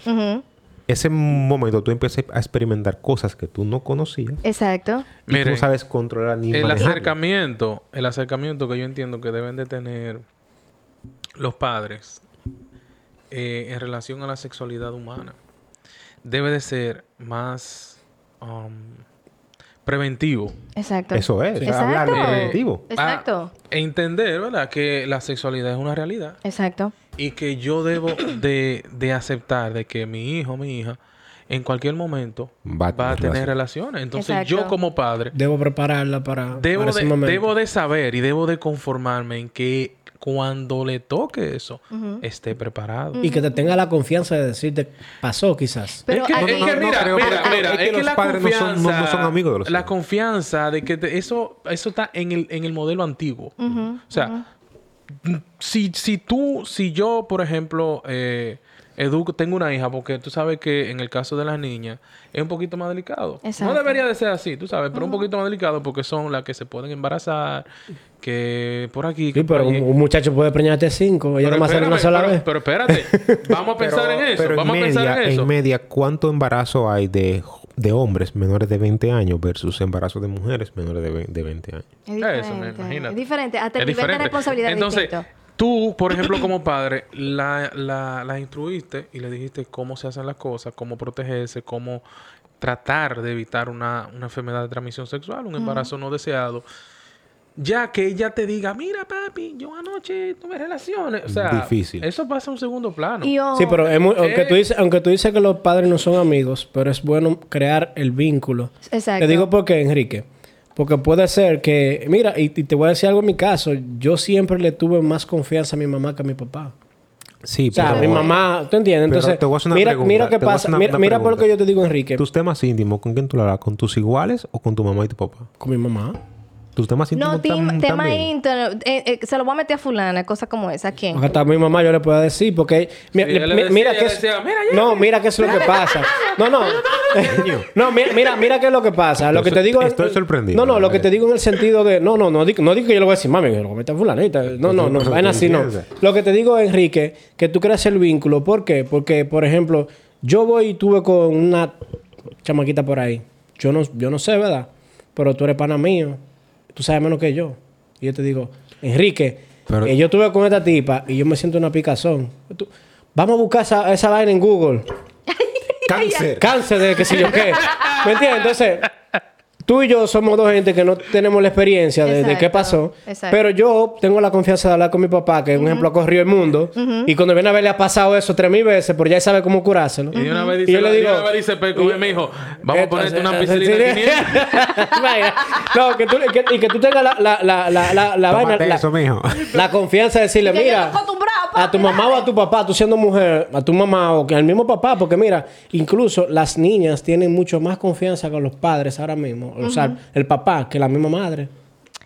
S4: ese momento tú empiezas a experimentar cosas que tú no conocías.
S2: Exacto.
S4: Y tú no
S5: Miren,
S4: sabes controlar ni
S5: el
S4: manejar.
S5: acercamiento, el acercamiento que yo entiendo que deben de tener los padres eh, en relación a la sexualidad humana debe de ser más um, preventivo.
S2: Exacto.
S4: Eso es,
S2: Exacto.
S4: hablar de preventivo.
S5: Ah,
S2: Exacto.
S5: e entender, ¿verdad? Que la sexualidad es una realidad
S2: Exacto.
S5: y que yo
S2: (clears throat)
S5: debo de, de aceptar de que mi hijo, mi hija, en cualquier momento
S4: Va
S5: va,
S4: a
S5: a
S4: tener
S5: tener relaciones. Entonces
S2: Exacto.
S5: yo como padre
S3: Debo prepararla para,
S5: Debo
S3: para ese
S5: de,
S3: momento.
S5: debo de saber y debo de conformarme en que cuando le toque eso, esté preparado.
S3: Y que te tenga la confianza de decirte, pasó quizás.
S2: Pero
S5: es que,
S2: aquí-
S5: es que mira,
S4: creo,
S5: mira,
S4: porque-
S5: mira,
S4: es que
S5: es que
S4: los
S5: la
S4: padres no son- no- no son
S5: confianza,
S4: amigos de los
S5: la
S4: hijos.
S5: confianza de que te- eso, eso está en el, en el modelo antiguo. O sea, si, si tú, si yo, por ejemplo, eh, educo- tengo una hija, porque tú sabes que en el caso de las niñas es un poquito más delicado.
S2: Exacto.
S5: No debería de ser así, tú sabes, pero un poquito más delicado porque son las que se pueden embarazar, que por aquí, que
S3: Sí,
S5: por
S3: pero un,
S5: allí.
S3: un muchacho puede preñarte cinco. Ella nomás sale una
S5: espérame,
S3: sola
S5: pero-
S3: vez.
S5: pero espérate, vamos
S3: (laughs)
S5: a pensar en eso,
S4: pero
S5: vamos
S4: en
S5: a
S4: media,
S5: pensar en eso.
S4: en media, ¿cuánto embarazo hay de, de hombres menores de 20 años versus embarazos de mujeres menores de ve- de 20 años?
S2: Es
S5: Ah,
S2: diferente.
S5: eso me imagino.
S2: Es diferente. Hasta
S5: Es
S2: el nivel
S5: diferente.
S2: de responsabilidad es
S5: Entonces,
S2: distinto.
S5: tú, por ejemplo, como padre, la, la, la instruiste y le dijiste cómo se hacen las cosas, cómo protegerse, cómo tratar de evitar una, una enfermedad de transmisión sexual, un embarazo no deseado. Ya que ella te diga, mira papi, yo anoche tuve relaciones. O sea,
S4: Difícil.
S5: eso pasa a un segundo plano.
S2: Y ojo,
S3: Sí, pero es muy- aunque,
S5: Eh.
S3: tú dices, aunque tú dices que los padres no son amigos, pero es bueno crear el vínculo.
S2: Exacto.
S3: Te digo por qué, Enrique. Porque puede ser que, mira, y, y te voy a decir algo en mi caso, yo siempre le tuve más confianza a mi mamá que a mi papá.
S4: Sí,
S3: O sea,
S4: pero-
S3: mi mamá, ¿tú entiendes?
S4: Pero
S3: Entonces,
S4: te voy a hacer una
S3: mira,
S4: pregunta,
S3: mira qué
S4: te voy a
S3: pasa,
S4: hacer una-
S3: mira,
S4: una
S3: mira por lo
S4: pregunta.
S3: que yo te digo, Enrique,
S4: ¿Tus temas íntimos con quién tú lo hablas? ¿Con tus iguales o con tu mamá y tu papá?
S3: con mi mamá.
S4: ¿Tus temas íntimos
S2: No, tim-
S4: tam-
S2: tema
S4: también?
S2: íntimo. eh, eh, se lo voy a meter a fulana, cosas como esa. ¿A quién?
S3: Porque hasta a mi mamá yo le puedo decir, porque mi-
S5: Sí, ella le
S3: mi-
S5: decía,
S3: mira
S5: ella
S3: que es-
S5: decía, "Mira, ya".
S3: no, mira qué es lo que pasa. No, no. (laughs) no, mira, mira, mira qué es lo que pasa. Lo que te
S4: Estoy-
S3: digo
S4: estoy sorprendido.
S3: No, no, lo que te digo en el sentido de no, no, no, di- no digo que yo le voy a decir, mami, que lo cometa fulanita. No, no, no, vaina así no. Lo que te digo, Enrique, que tú creas el vínculo, ¿por qué? Porque por ejemplo, yo voy y tuve con una chamaquita por ahí. Yo no yo no sé, ¿verdad? Pero tú eres pana mío. Tú sabes menos que yo. Y yo te digo, Enrique,
S4: Pero-
S3: eh, yo estuve con esta tipa y yo me siento una picazón. Tú- vamos a buscar esa, esa vaina en Google.
S4: Cáncer.
S3: Cáncer de qué sé yo qué. ¿Me entiendes? Entonces, tú y yo somos dos gente que no tenemos la experiencia de, de qué
S2: Exacto,
S3: pasó.
S2: exacto.
S3: Pero yo tengo la confianza de hablar con mi papá, que un ejemplo ha corrido el mundo. Y cuando viene a ver, le ha pasado eso tres mil veces, pero ya él sabe cómo curárselo.
S5: Y de una vez
S3: Y
S5: dice,
S3: yo le digo,
S5: y de una vez dice Peco, mi hijo, vamos a ponerte
S3: Ah,
S5: una piscina de
S3: (laughs)
S5: 500.
S3: Vaya. No, que tú, que- y que tú tengas la, la, la, la, la, la vaina.
S4: Tómate
S3: la-
S4: eso, mijo. (laughs)
S3: la confianza de decirle,
S2: Que yo
S3: mira,
S2: estoy acostumbrada,
S3: a tu
S2: papi,
S3: mamá o a tu papá, tú siendo mujer, a tu mamá o que al mismo papá, porque mira, incluso las niñas tienen mucho más confianza con los padres ahora mismo, o sea, el papá que la misma madre,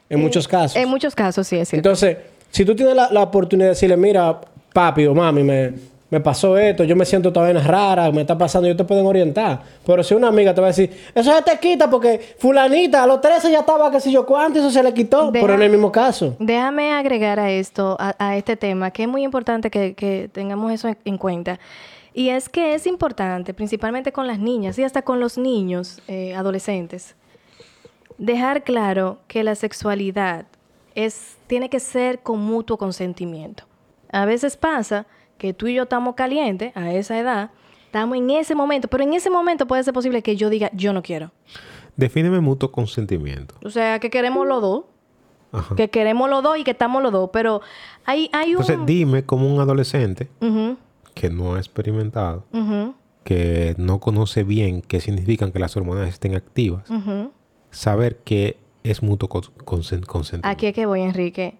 S3: en muchos casos.
S2: En muchos casos sí es cierto.
S3: Entonces, si tú tienes la, la oportunidad de decirle, mira, papi o mami, me, me pasó esto, yo me siento esta vaina rara, me está pasando, ellos te pueden orientar. Pero si una amiga te va a decir, eso se te quita porque fulanita a los 13 ya estaba, qué sé yo cuánto, eso se le quitó,
S2: Deja-
S3: pero en el mismo caso.
S2: Déjame agregar a esto, a, a este tema, que es muy importante que, que tengamos eso en, en cuenta. Y es que es importante, principalmente con las niñas y hasta con los niños, eh, adolescentes, dejar claro que la sexualidad es, tiene que ser con mutuo consentimiento. A veces pasa que tú y yo estamos calientes a esa edad, estamos en ese momento, pero en ese momento puede ser posible que yo diga, yo no quiero.
S4: Defíneme mutuo consentimiento.
S2: O sea, que queremos los dos.
S4: Ajá.
S2: que queremos los dos y que estamos los dos, pero hay, hay un...
S4: Entonces, dime como un adolescente
S2: Ujú,
S4: que no ha experimentado,
S2: ujú,
S4: que no conoce bien qué significan que las hormonas estén activas,
S2: ujú.
S4: saber que es mutuo cons- consen- consentimiento.
S2: Aquí es que voy, Enrique.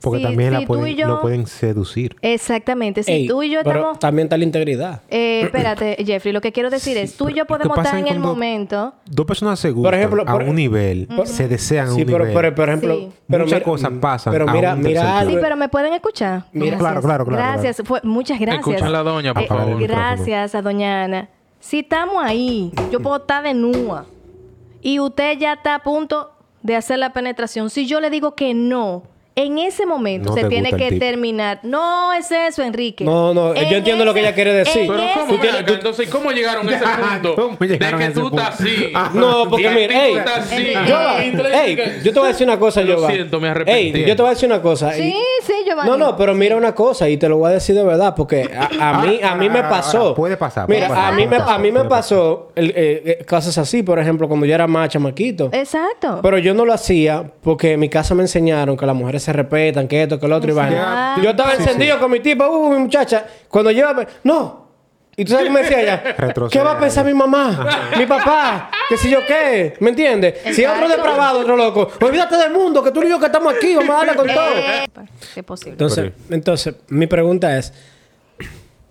S4: Porque
S2: Si-
S4: también la
S2: si tú
S4: pueden,
S2: y yo-
S4: lo pueden seducir.
S2: Exactamente, si
S3: Ey,
S2: tú y yo
S3: pero
S2: estamos...
S3: También está la integridad.
S2: Eh, espérate, Jeffrey, lo que quiero decir
S4: Sí,
S2: es, tú y
S4: pero
S2: yo
S4: lo que
S2: podemos
S4: pasa
S2: estar
S4: es
S2: en el
S4: cuando-
S2: momento...
S4: Dos personas se gustan
S3: Por ejemplo,
S4: a
S3: por-
S4: un nivel, se desean a un
S3: Sí, pero,
S4: nivel.
S3: pero, por ejemplo,
S2: Sí.
S3: pero mm,
S4: Muchas cosas pasan
S3: Pero
S4: a
S3: mira,
S4: un tercer
S3: mira
S4: plano.
S3: algo.
S2: Sí, pero me pueden escuchar.
S4: Mira,
S2: Gracias.
S4: claro, claro, claro,
S2: Gracias, Fue- muchas gracias. Eh,
S5: Escuchen la doña, por
S4: favor. el micrófono.
S2: gracias a doña Ana. Si estamos ahí, yo puedo estar de nua y usted ya está a punto de hacer la penetración. Si yo le digo que no, en ese momento
S4: No
S2: se
S4: te
S2: tiene
S4: gusta el
S2: que
S4: tipo.
S2: terminar. No es eso, Enrique.
S3: No, no,
S2: En
S3: yo entiendo lo que ella quiere decir.
S2: en
S5: Pero
S2: ese-
S5: ¿cómo? ven acá? Entonces, ¿cómo llegaron a ese punto?
S4: ah, ¿Cómo llegaron
S5: de
S4: a
S5: que
S4: ese
S5: tú
S4: punto? Ah,
S5: estás así.
S3: No, porque
S5: De que
S3: mira,
S5: tú
S3: ey,
S5: estás así.
S2: Enrique.
S3: Yoba,
S5: Y tú le
S3: ey,
S5: dices que-
S3: yo te voy a decir una cosa,
S5: Lo
S3: Yoba.
S5: siento, me arrepentí.
S3: Ey, yo te voy a decir una cosa. y-
S2: Sí, sí, Giovanni.
S3: No, no, pero mira una cosa y te lo voy a decir de verdad porque a, a mí a mí me
S4: Ah, Ahora, ahora,
S3: pasó.
S4: ahora, puede pasar, puede
S3: Mira, a
S2: pasar.
S3: mí me a mí me
S4: Puede pasar.
S3: pasó el, eh, eh, cosas así, por ejemplo, cuando yo era más chamaquito.
S2: Exacto.
S3: Pero yo no lo hacía porque en mi casa me enseñaron que las mujeres se respetan, que esto, que lo otro, y vaina.
S2: Exacto.
S3: Yo estaba
S4: Sí, sí.
S3: encendido con mi tipo, uh, mi muchacha. Cuando yo... ¡No! Y tú sabes qué me decía ella.
S4: Retrocede
S3: ¿Qué va a
S4: ahí.
S3: pensar mi mamá? mi papá. ¿Qué si yo qué? ¿Me entiendes? Si es otro
S2: Exacto.
S3: depravado, otro loco. Olvídate del mundo, que tú y yo que estamos aquí, vamos a darle con todo.
S2: Eh, es posible.
S3: Entonces, entonces, mi pregunta es...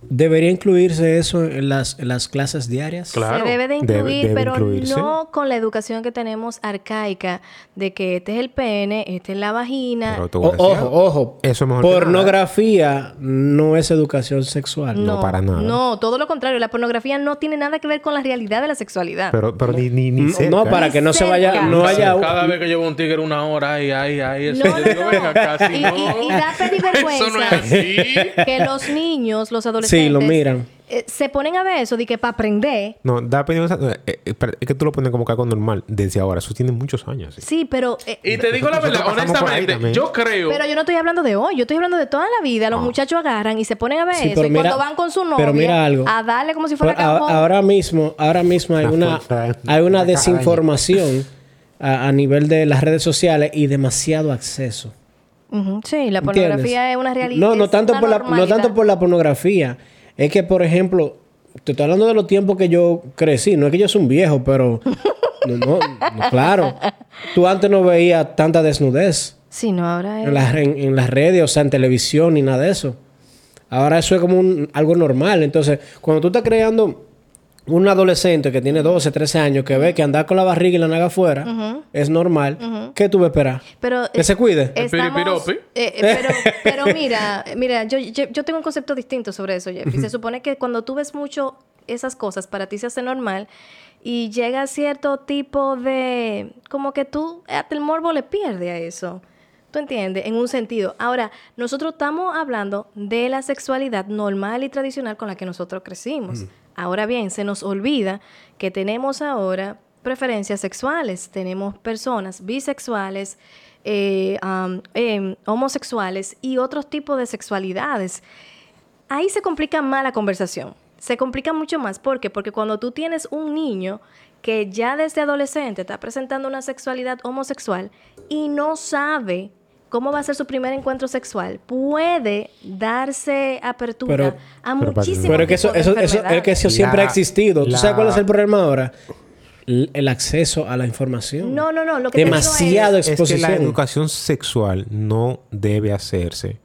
S3: ¿Debería incluirse eso en las, en las clases diarias?
S4: Claro.
S2: se debe de
S4: Debe-
S2: incluir,
S4: debe
S2: pero
S4: incluirse.
S2: no con la educación que tenemos arcaica de que este es el pene, este es la vagina.
S4: Pero te voy a
S3: O-
S4: decir
S3: ojo,
S4: algo.
S3: ojo.
S4: Eso es mejor que nada.
S3: Pornografía no es educación sexual.
S4: no, para nada.
S2: No, todo lo contrario. La pornografía no tiene nada que ver con la realidad de la sexualidad.
S4: Pero, pero ni, ni, ni
S3: No, Mm,
S4: cerca. ¿eh?
S3: No, para que no se vaya,
S2: cerca.
S3: no haya.
S5: Cada vez que llevo un tigre una hora, ahí, ahí, ahí. Eso
S2: No,
S5: yo
S2: no,
S5: digo,
S2: no.
S5: "Ven acá, si
S2: Y-
S5: no,
S2: y- y da
S5: (laughs) Eso no es
S2: vergüenza.
S5: así.
S2: que los niños, los adolescentes,
S3: Sí, lo miran.
S2: eh, se ponen a ver eso de que para aprender.
S4: No, da pena. eh, eh, espera, es que tú lo pones como que algo normal desde ahora. Eso tiene muchos años. sí.
S2: Sí, pero eh,
S5: Y te digo la
S4: Nosotros
S5: verdad,
S4: pasamos por ahí
S5: honestamente,
S4: también.
S5: yo creo.
S2: pero yo no estoy hablando de hoy, yo estoy hablando de toda la vida. Los muchachos agarran y se ponen a ver
S3: Ah. Sí,
S2: eso.
S3: pero
S2: Y
S3: mira-
S2: cuando van con su novia
S3: pero mira algo.
S2: a darle como si
S3: Pero
S2: fuera
S3: a-
S2: cajón.
S3: ahora mismo, ahora mismo hay
S4: La
S3: una,
S4: fuerza,
S3: hay una
S4: la caja
S3: desinformación a, a nivel de las redes sociales y demasiado acceso.
S2: Ujú, Sí, la
S3: ¿entiendes?
S2: pornografía es una realidad.
S3: No, no
S2: es
S3: tanto
S2: una
S3: por la, no
S2: normalidad.
S3: tanto por la pornografía. Es que, por ejemplo, te estoy (laughs) hablando de los tiempos que yo crecí. No es que yo soy un viejo, pero no, no, no, claro. Tú antes no veías tanta desnudez
S2: Sí, no, ahora es...
S3: en, las- en- en las redes, o sea, en televisión ni nada de eso. Ahora eso es como un- algo normal. Entonces, cuando tú estás creando un adolescente que tiene 12, 13 años, que ve que andar con la barriga y la naga afuera es normal, ¿qué tú vas a esperar?
S2: Pero,
S3: Que se cuide.
S5: El
S2: Estamos,
S5: piripiropi.
S2: eh, eh, pero, pero mira, mira, yo, yo, yo tengo un concepto distinto sobre eso, Jeff. Y se supone que cuando tú ves mucho esas cosas, para ti se hace normal y llega cierto tipo de... como que tú, hasta el morbo le pierde a eso. ¿Tú entiendes? En un sentido. Ahora, nosotros estamos hablando de la sexualidad normal y tradicional con la que nosotros crecimos. Ahora bien, se nos olvida que tenemos ahora preferencias sexuales. Tenemos personas bisexuales, eh, am, em, homosexuales y otros tipos de sexualidades. Ahí se complica más la conversación. Se complica mucho más. ¿Por qué? Porque cuando tú tienes un niño que ya desde adolescente está presentando una sexualidad homosexual y no sabe cómo va a ser su primer encuentro sexual, puede darse apertura
S3: Pero-
S2: a
S4: pero para-
S2: muchísimos
S3: Pero es que eso,
S2: tipos de
S3: eso, eso, es que
S2: enfermedades.
S3: eso siempre ha
S4: La-
S3: existido. ¿Tú
S4: la-
S3: sabes cuál es el problema ahora? L- el acceso a la información.
S2: No, no, no. Lo que te digo es-
S3: Demasiado
S4: Es que
S3: exposición.
S4: la educación sexual no debe hacerse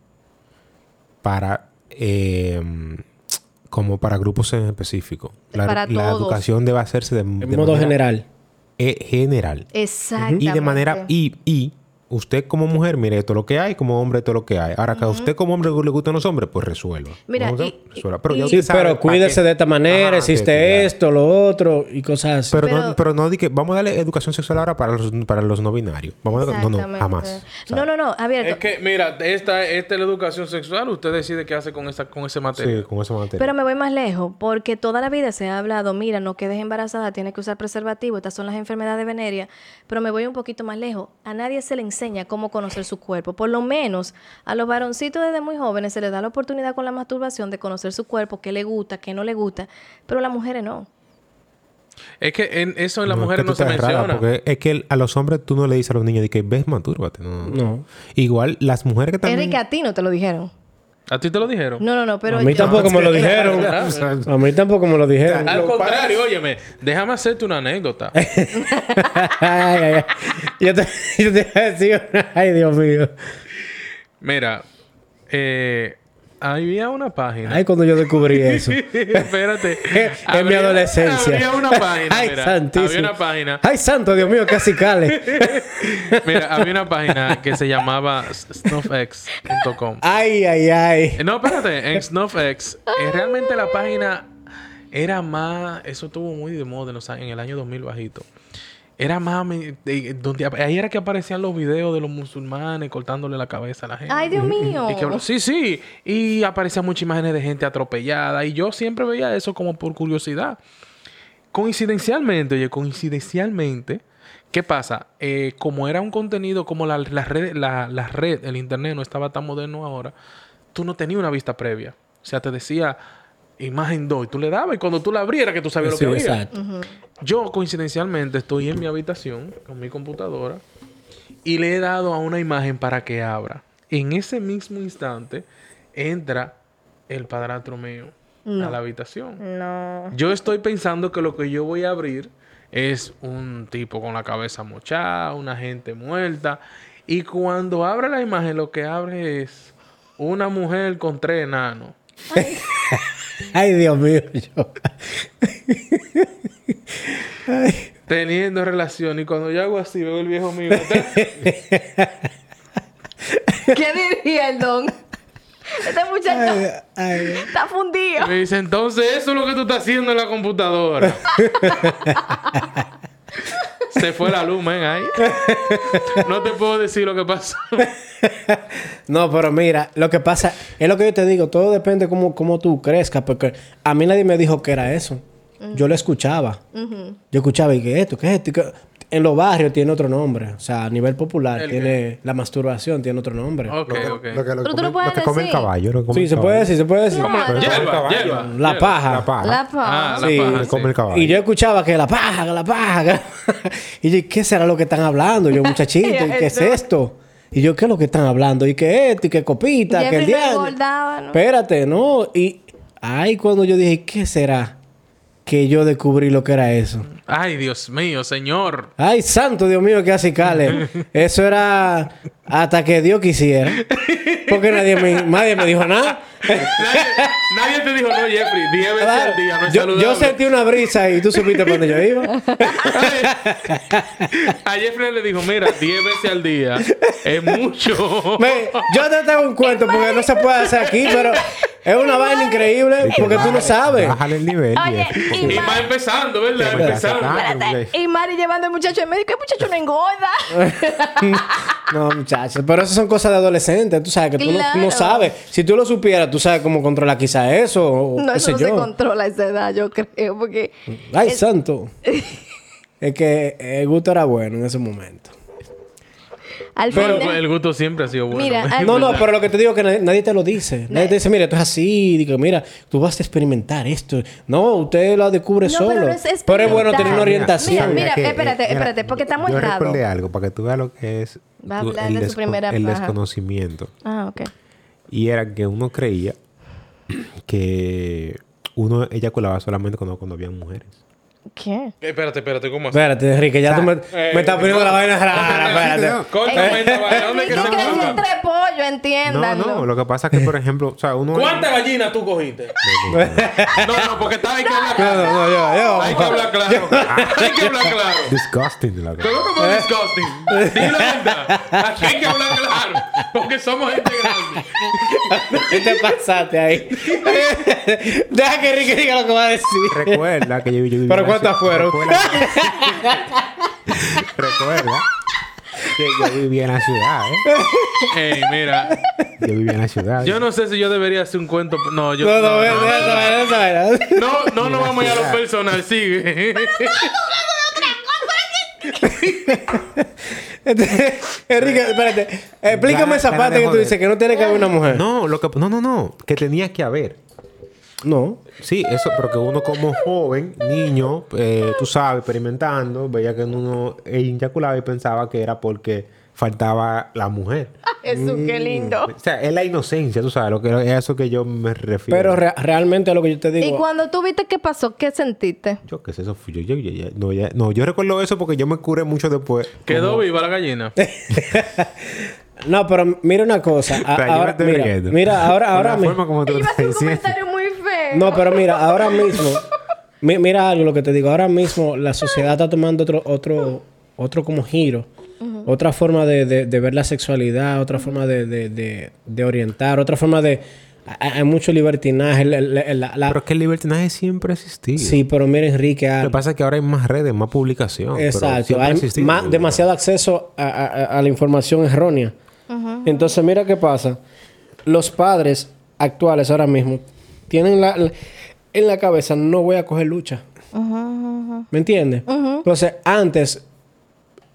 S4: para eh, como para grupos en específico. La,
S2: Para
S4: la
S2: todos.
S4: educación debe hacerse de,
S3: en
S4: de
S3: modo
S4: manera,
S3: general.
S4: eh, general.
S2: Exactamente.
S4: Y de manera, y, y usted como mujer, mire esto es lo que hay, como hombre esto es lo que hay. Ahora que a usted como hombre le gustan los hombres, pues resuelva.
S2: Mira,
S4: ¿No?
S2: y-
S4: Resuelva. Pero
S2: y-
S4: ya
S3: Sí,
S4: usted sabe
S3: pero
S4: pa'
S3: cuídese
S4: qué-
S3: de esta manera,
S4: Ajá,
S3: existe
S4: que- que-
S3: esto, lo otro y cosas así.
S4: Pero, no,
S2: Pero-
S4: pero no di que vamos a darle educación sexual ahora para los, para los no binarios. Vamos a, no, no, jamás.
S2: No, no, no. Abierto.
S5: Es que, mira, esta, esta es la educación sexual. Usted decide qué hace con, esa, con ese material.
S4: Sí, con esa materia.
S2: Pero me voy más lejos, porque toda la vida se ha hablado, mira, no quedes embarazada, tienes que usar preservativo, estas son las enfermedades venéreas, pero me voy un poquito más lejos. A nadie se le enseña cómo conocer su cuerpo, por lo menos a los varoncitos desde muy jóvenes se les da la oportunidad con la masturbación de conocer su cuerpo, qué le gusta, qué no le gusta, pero a las mujeres no.
S5: Es que en, eso en las
S4: es
S5: mujeres
S4: que
S5: no
S4: tú
S5: se
S4: estás rara,
S5: menciona.
S4: porque es que el- a los hombres tú no le dices a los niños de que ves, mastúrbate. No.
S3: No.
S4: Igual las mujeres que también.
S2: Enrique, a ti no te lo dijeron.
S5: ¿A ti te lo dijeron?
S2: No, no, no, pero
S3: a mí
S2: yo-
S3: tampoco
S2: (laughs)
S3: me lo dijeron.
S4: (laughs)
S5: O
S3: A mí tampoco me lo dijeron.
S5: Al
S4: Lo
S5: contrario, óyeme, déjame hacerte una anécdota.
S3: (laughs) Ay, ay, ay. Yo te, (laughs) yo te iba a decir, ay, Dios mío.
S5: Mira, eh, había una página.
S3: Ay, cuando yo descubrí eso. (laughs)
S5: (laughs) Espérate.
S3: en mi adolescencia. (laughs)
S5: Había una página.
S3: Ay,
S5: mira.
S3: santísimo.
S5: Había una página.
S3: Ay, santo, Dios mío, casi cale. (laughs)
S5: Mira, había una página que se llamaba
S3: (laughs)
S5: snuffx.com.
S3: Ay, ay, ay.
S5: Eh, No, espérate, en SnuffX. eh, realmente la página era más. Eso estuvo muy de moda en, los a- en el año 2000 bajito. Era más. me- de- donde, ap- ahí era que aparecían los videos de los musulmanes cortándole la cabeza a la gente.
S2: Ay, Dios
S5: (laughs)
S2: mío.
S5: Y que hablo- sí, sí. Y aparecían muchas imágenes de gente atropellada. Y yo siempre veía eso como por curiosidad. Coincidencialmente, oye, coincidencialmente, ¿qué pasa? Eh, como era un contenido, como la, la red, la, la red, el internet no estaba tan moderno ahora, tú no tenías una vista previa. O sea, te decía imagen 2 y tú le dabas y cuando tú la abrieras que tú sabías
S3: Sí,
S5: lo que había.
S3: exacto.
S5: Yo coincidencialmente estoy en mi habitación con mi computadora y le he dado a una imagen para que abra. En ese mismo instante entra el padrastro mío a la habitación.
S2: No.
S5: Yo estoy pensando que lo que yo voy a abrir es un tipo con la cabeza mochada, una gente muerta. Y cuando abre la imagen, lo que abre es una mujer con tres enanos.
S3: Ay, Dios mío.
S5: (laughs)
S3: yo.
S5: teniendo relación. Y cuando yo hago así, veo el viejo mío.
S2: (laughs) ¿Qué diría el don? (laughs) Este muchacho
S3: Ay,
S2: está fundido.
S5: Me dice, entonces eso es lo que tú estás haciendo en la
S4: (laughs)
S5: computadora. Se fue la luz, men, ahí. No te puedo decir lo que
S4: (laughs)
S5: pasó.
S3: No, pero mira, lo que pasa es lo que yo te digo, todo depende cómo, cómo tú crezcas, porque a mí nadie me dijo que era eso. Yo lo escuchaba. Yo escuchaba y que esto, que esto. y que- En los barrios tiene otro nombre, o sea, a nivel popular
S5: ¿El Oh,
S3: tiene la masturbación, tiene otro nombre.
S5: Ok,
S4: Lo
S5: ok.
S4: que- Lo que, lo
S2: Pero tú
S4: comen-
S2: lo puedes
S4: lo que comen
S2: decir.
S4: caballo. Lo que comen
S3: Sí, se
S4: caballo.
S3: puede decir, se puede decir.
S2: Claro.
S4: Pero-
S5: Hierba,
S4: Caballo.
S5: hierba.
S3: La
S5: hierba.
S3: paja.
S4: La paja.
S2: La paz.
S5: Ah, la
S3: Sí.
S5: paja.
S4: Come el
S5: sí.
S4: caballo.
S3: Y yo escuchaba que la paja, que la paja. (laughs) que- y yo, ¿qué será lo que están hablando? Yo, muchachito, ¿y qué es esto? Y yo, ¿qué es lo que están hablando? ¿Y qué esto? ¿Y qué copita? ¿Qué
S2: Jeffrey
S3: el
S2: Ah, no
S3: diablo?
S2: engordaba, ¿no?
S3: Espérate, ¿no? Y ahí cuando yo dije, ¿qué será? que yo descubrí lo que era eso.
S5: Ay, Dios mío,
S4: (laughs)
S5: señor.
S3: Ay, santo Dios mío, que así
S5: (laughs)
S3: cale. Eso era hasta que Dios quisiera. Porque nadie me, nadie me dijo nada.
S5: Nadie, nadie te dijo, no, Jeffrey, 10 veces al día, no es
S3: yo,
S5: saludable".
S3: yo sentí una brisa y tú supiste para dónde yo iba.
S5: (laughs) A Jeffrey le dijo, mira, 10 veces al día es mucho.
S3: Me- yo te tengo un cuento porque no se puede hacer aquí, pero es una vaina increíble porque tú no sabes.
S4: Bájale el nivel.
S2: Oye,
S4: Jeff,
S5: Y
S4: porque-
S2: ma-
S5: más empezando, ¿verdad?
S4: Te vas a
S5: Empezando.
S4: sacar.
S2: Espérate. Y Mari llevando al muchacho al médico. El muchacho no
S3: (laughs)
S2: engorda.
S3: No, muchachos, pero eso son cosas de adolescentes. Tú sabes que tú no-
S2: Claro.
S3: no, sabes. Si tú lo supieras, tú sabes cómo controlar quizá eso o
S2: No,
S3: qué
S2: eso
S3: sé
S2: no se
S3: yo.
S2: controla a esa edad, yo creo. Porque
S3: Ay, santo.
S2: (laughs)
S3: es que eh, el gusto era bueno en ese momento.
S2: al
S5: Pero
S2: final...
S5: el gusto siempre ha sido bueno. (laughs)
S2: Mira,
S5: ¿eh?
S2: hay-
S3: No, no,
S2: verdad.
S3: pero lo que te digo es que nadie, nadie te lo dice. Nadie te dice, mira, esto es así. Digo, mira, tú vas a experimentar esto. No, usted lo descubre
S2: No,
S3: solo.
S2: pero no es
S3: Pero es bueno
S2: experimentar.
S3: tener una orientación.
S2: Mira, mira,
S4: que-
S2: espérate, espérate, porque estamos
S4: Yo
S2: errados.
S4: recordé algo para que tú veas lo que es
S2: Va a
S4: tu-
S2: hablar
S4: el,
S2: de su
S4: desco-
S2: primera
S4: el
S2: paja.
S4: desconocimiento.
S2: Ah, ok.
S4: Y era que uno creía que uno eyaculaba solamente cuando, cuando había mujeres.
S2: ¿Qué?
S5: Eh, Espérate, espérate, ¿cómo así?
S3: Espérate, Enrique, ya tú me,
S5: Eh,
S3: me estás poniendo la vaina (laughs)
S5: (laughs)
S3: rara. Espérate.
S5: Córtame esta vaina, ¿dónde es que
S2: tú
S5: se
S2: Eh, crees
S5: monta?
S2: entre pollo,
S4: No,
S2: entiéndanlo.
S4: no, lo que pasa es que, por ejemplo, o sea, uno.
S5: ¿Cuántas gallinas tú cogiste? (laughs) No, no, porque está, hay que hablar
S3: No,
S5: claro.
S3: no, no, yo, yo.
S5: Hay que
S3: (laughs)
S5: hablar claro. Hay que hablar claro.
S4: (laughs) Disgusting, la
S5: Pero
S4: verdad.
S5: no como
S3: Eh.
S5: disgusting. Dilo la verdad. Aquí hay que hablar claro. Porque somos gente grande.
S3: ¿Qué te pasaste ahí? Deja que Enrique diga lo que va a decir.
S4: Recuerda que yo, yo viví
S3: Pero
S4: una
S3: ¿cuántas
S4: ci-
S3: fueron?
S4: Recuerda, (laughs) recuerda que yo vivía en la ciudad, ¿eh?
S5: Ey, mira.
S4: Yo vivía en la ciudad. ¿eh?
S5: Yo no sé si yo debería hacer un cuento. No, yo.
S3: No, no,
S5: no,
S3: ve- ve-
S5: no,
S3: ve- ve- ve- ve- ve-
S5: no, no, no vamos a ir a lo personal. Sigue.
S3: Este, Enrique, espérate. Explícame
S4: Ya,
S3: esa
S4: ya
S3: parte
S4: me
S3: que tú
S4: joder.
S3: dices que no tiene que haber una mujer.
S4: No, lo que, no, no, no. Que tenía que haber.
S3: No.
S4: Sí, eso, porque uno como joven, niño, eh, tú sabes, experimentando, veía que uno eyaculaba y pensaba que era porque faltaba la mujer.
S2: Jesús, qué lindo.
S4: O sea, es la inocencia, tú sabes, lo que, es eso que yo me refiero.
S3: Pero re- realmente lo que yo te
S2: Y
S3: digo.
S2: cuando tú viste qué pasó, ¿qué sentiste?
S4: Yo qué sé, eso fui yo, yo, yo- yo- no, ya- no, yo recuerdo eso porque yo me curé mucho después.
S5: Quedó viva la gallina.
S3: (laughs) No, pero mira una cosa. A-
S4: Pero yo me
S3: ahora,
S4: estoy
S3: mira,
S4: riendo.
S3: mira, ahora,
S4: Con
S3: ahora
S4: la
S3: mi-
S4: forma como tú
S2: Iba a
S4: lo
S2: hacer un
S4: estás diciendo.
S2: comentario muy feo.
S3: No, pero mira, ahora mismo. mi- mira algo lo que te digo. Ahora mismo la sociedad está tomando otro, otro, otro como giro. Otra forma de, de- de ver la sexualidad, otra forma de, de- de- de orientar, otra forma de. Hay hay mucho libertinaje. la- la- la- la-
S4: Pero es que el libertinaje siempre ha existido.
S3: sí, pero mira, Enrique. ah,
S4: Lo que pasa es que ahora hay más redes, más publicación. pero
S3: Exacto.
S4: siempre ha
S3: Hay
S4: existido.
S3: ma- demasiado acceso a, a- a la información errónea. Entonces, mira qué pasa. Los padres actuales ahora mismo tienen la, la- en la cabeza, no voy a coger lucha. ¿Me entiendes? Entonces, antes,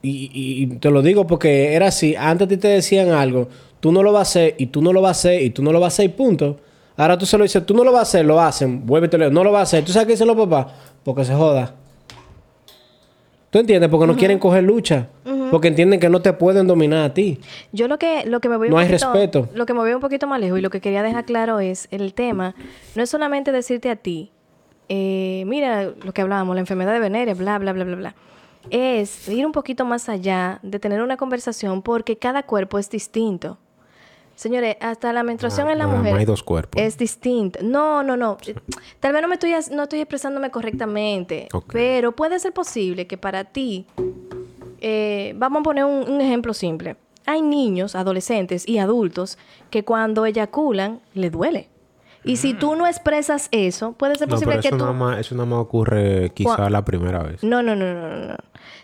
S3: y, y- y te lo digo porque era así, antes a ti te decían algo, tú no lo vas a hacer, y tú no lo vas a hacer, y tú no lo vas a hacer, y punto. Ahora tú se lo dices, tú no lo vas a hacer, lo hacen, vuélvete, no lo vas a hacer. ¿Tú sabes qué dicen los papás? Porque se joda. ¿Tú entiendes? Porque no quieren coger lucha. Porque entienden que no te pueden dominar a ti.
S2: Yo lo que, lo que me voy
S3: No
S2: un
S3: hay
S2: poquito,
S3: respeto.
S2: Lo que me voy un poquito más lejos y lo que quería dejar claro es el tema. No es solamente decirte a ti, eh, mira lo que hablábamos, la enfermedad de Veneria, bla, bla, bla, bla, bla. Es ir un poquito más allá de tener una conversación porque cada cuerpo es distinto. Señores, hasta la menstruación
S4: Nada-
S2: en la
S4: nada más
S2: mujer
S4: hay dos cuerpos.
S2: es distinta. No, no, no. Tal vez no me estoy as- no estoy expresándome correctamente,
S4: Ok.
S2: pero puede ser posible que para ti eh, vamos a poner un, un ejemplo simple. Hay niños, adolescentes y adultos que cuando eyaculan le duele. Y si tú no expresas eso, puede ser
S4: No, pero
S2: posible que
S4: eso,
S2: tú...
S4: nada más, eso nada más ocurre quizá
S2: Cua-
S4: la primera vez.
S2: No, no, no, no, no, no.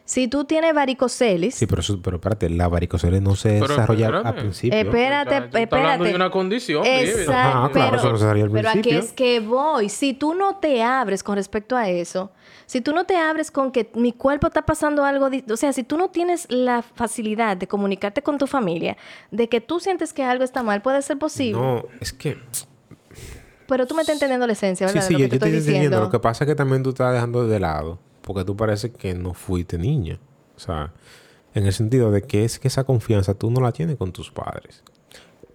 S2: Si tú tienes varicoceles,
S4: Sí, pero, eso- pero espérate, la varicocele no se
S5: Pero
S4: desarrolla al
S5: espérame.
S4: principio.
S2: Eh, Espérate,
S5: Está- está
S2: espérate.
S5: hablando de una condición, baby.
S2: Exacto.
S4: Ajá, claro,
S2: pero,
S4: eso no se sabía al
S2: pero aquí
S4: principio.
S2: es que voy. Si tú no te abres con respecto a eso, si tú no te abres con que mi cuerpo está pasando algo, di- o sea, si tú no tienes la facilidad de comunicarte con tu familia, de que tú sientes que algo está mal, puede ser posible.
S4: No, es que...
S2: Pero tú me estás entendiendo la esencia,
S4: Sí,
S2: ¿verdad?
S4: sí,
S2: de
S4: yo,
S2: lo que
S4: yo te
S2: estoy
S4: estoy
S2: diciendo.
S4: entendiendo. Lo que pasa es que también tú estás dejando de lado. Porque tú parece que no fuiste niña. O sea, en el sentido de que es que esa confianza tú no la tienes con tus padres.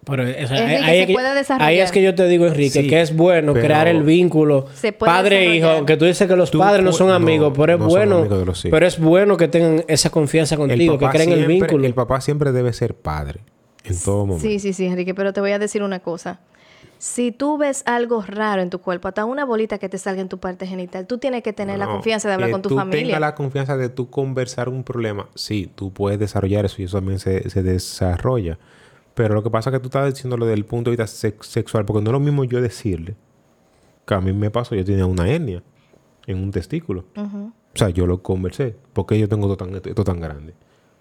S3: Pero, o sea,
S2: Enrique,
S3: ahí,
S2: se
S3: es que,
S2: puede desarrollar.
S3: ahí es que yo te digo, Enrique,
S4: Sí,
S3: que es bueno
S4: pero-
S3: crear el vínculo
S2: Se puede
S3: padre-hijo.
S2: desarrollar.
S3: Aunque tú dices que los
S4: Tú
S3: padres no
S4: pu-
S3: son
S4: no,
S3: amigos, pero es
S4: no son
S3: bueno.
S4: amigos de los hijos.
S3: Pero es bueno que tengan esa confianza contigo, que
S4: papá
S3: creen el
S4: siempre-
S3: vínculo.
S4: El papá siempre debe ser padre. En todo momento.
S2: Sí, sí, sí, Enrique, pero te voy a decir una cosa. Si tú ves algo raro en tu cuerpo, hasta una bolita que te salga en tu parte genital, tú tienes que tener la
S4: No,
S2: confianza de hablar
S4: que
S2: con tu
S4: tú
S2: familia.
S4: tengas la confianza de tú conversar un problema. Sí, tú puedes desarrollar eso y eso también se, se desarrolla. Pero lo que pasa es que tú estás diciendo lo del punto de vista sex- sexual, porque no es lo mismo yo decirle que a mí me pasó, yo tenía una hernia en un testículo. O sea, yo lo conversé. ¿Por qué yo tengo esto tan, esto tan grande?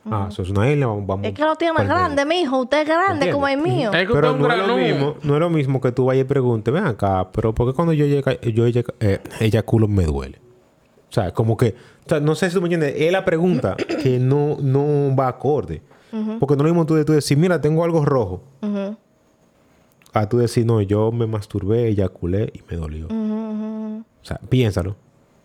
S4: Ah, eso es una hernia, vamos. vamos
S2: Es que lo tiene más
S4: para el
S2: grande, mijo. Usted es grande
S4: ¿Entiendes?
S2: como el mío.
S5: Es que usted
S4: pero
S5: es un
S4: no es, lo
S5: granú.
S4: mismo, no es lo mismo que tú vayas y preguntes, ven acá, pero ¿por qué cuando yo, llega, yo eyac- eh, eyaculo me duele? O sea, como que, o sea, no sé si tú me entiendes, es
S5: (clears throat)
S4: la pregunta que no, no va acorde. Porque no es lo mismo tú, de- tú decir, mira, tengo algo rojo. A tú decir, no, yo me masturbé, eyaculé y me dolió. O sea, piénsalo.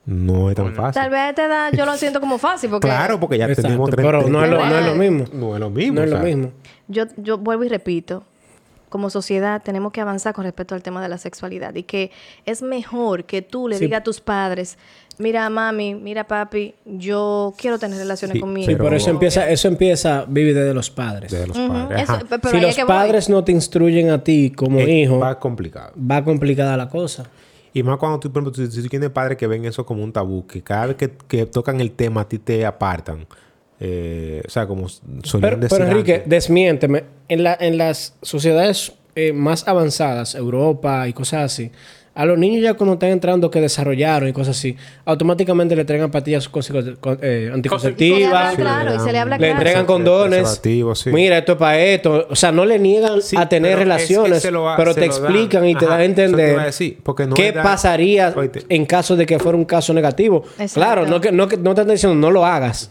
S4: No es tan fácil.
S2: Tal vez te da, yo lo siento como fácil, porque
S4: Claro, porque ya
S3: Exacto,
S4: tenemos tres.
S3: pero no es, lo,
S2: tres-
S3: no es lo mismo.
S4: No es lo mismo.
S3: No es
S4: o
S3: lo
S4: sea,
S3: mismo.
S2: yo, yo vuelvo y repito, como sociedad tenemos que avanzar con respecto al tema de la sexualidad y que es mejor que tú le
S3: Sí.
S2: digas a tus padres, mira mami, mira papi, yo quiero tener relaciones
S4: Sí,
S2: con mi
S4: sí,
S3: Sí,
S4: Pero-
S3: por eso empieza, eso empieza vivir desde los padres.
S4: De los
S2: Ujú,
S4: padres.
S2: eso-
S4: ajá.
S2: pe- pero
S3: si
S2: ahí es
S3: los
S2: que voy.
S3: padres no te instruyen a ti como
S4: Es
S3: hijo,
S4: más complicado.
S3: Eh, va complicada la cosa.
S4: Y más cuando tú, por ejemplo, si, si tú tienes padres que ven eso como un tabú, que cada vez que, que tocan el tema a ti te apartan. Eh, o sea, como solían
S3: Pero,
S4: decir
S3: pero Enrique,
S4: antes.
S3: desmiénteme. En, la, en las sociedades eh, más avanzadas, Europa y cosas así, a los niños ya cuando están entrando que desarrollaron y cosas así, automáticamente le entregan pastillas conse- con- eh,
S2: Se le habla
S3: anticonceptivas.
S4: Sí,
S2: Ah, claro y se le habla
S3: Le
S2: claro.
S3: entregan condones.
S4: Preservativo, sí.
S3: Mira, esto es para esto. O sea, no le niegan
S4: Sí,
S3: a tener
S4: pero es que
S3: relaciones,
S4: se lo va-
S3: pero
S4: se
S3: te
S4: lo dan.
S3: explican y te
S4: Ajá,
S3: dan a
S4: eso te iba a
S3: entender
S4: decir, porque no
S3: qué
S4: hay da-
S3: pasaría
S4: Oíste.
S3: en caso de que fuera un caso negativo.
S2: Exacto.
S3: Claro, no, que, no, que- no te están diciendo no lo hagas.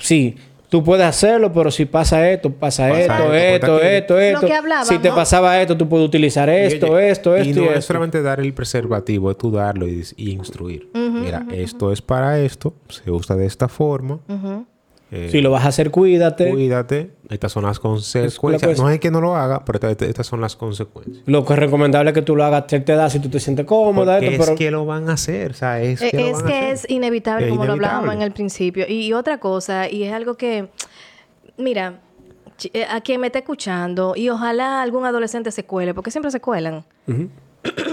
S3: Sí, tú puedes hacerlo, pero si pasa esto, pasa,
S4: Pasa
S3: esto,
S4: esto,
S3: esto,
S4: ponte aquí.
S3: esto, esto.
S2: que hablábamos.
S3: si te pasaba esto, tú puedes utilizar
S4: Y
S3: esto,
S4: oye,
S3: esto,
S4: Y
S3: esto.
S4: no
S3: Y
S4: es
S3: esto.
S4: solamente dar el preservativo, es tú darlo y, dis- y instruir. Mira, esto es para esto, se usa de esta forma. Eh,
S3: Si lo vas a hacer, cuídate.
S4: Cuídate, estas son las consecuencias.
S3: cosa.
S4: No es que no lo haga, pero esta- esta- estas son las consecuencias.
S3: Lo que es recomendable es que tú lo hagas a cierta edad si tú te sientes cómoda.
S4: Porque
S3: esto, pero...
S4: es que lo van a hacer, o sea, es
S2: Eh,
S4: que, lo
S2: Es
S4: van a
S2: que
S4: hacer.
S2: es inevitable,
S4: Es
S2: como lo hablábamos en
S4: inevitable.
S2: el principio. Y, y otra cosa, y es algo que, mira, chi- eh, a quien me está escuchando, y ojalá algún adolescente se cuele, porque siempre se cuelan. (clears throat)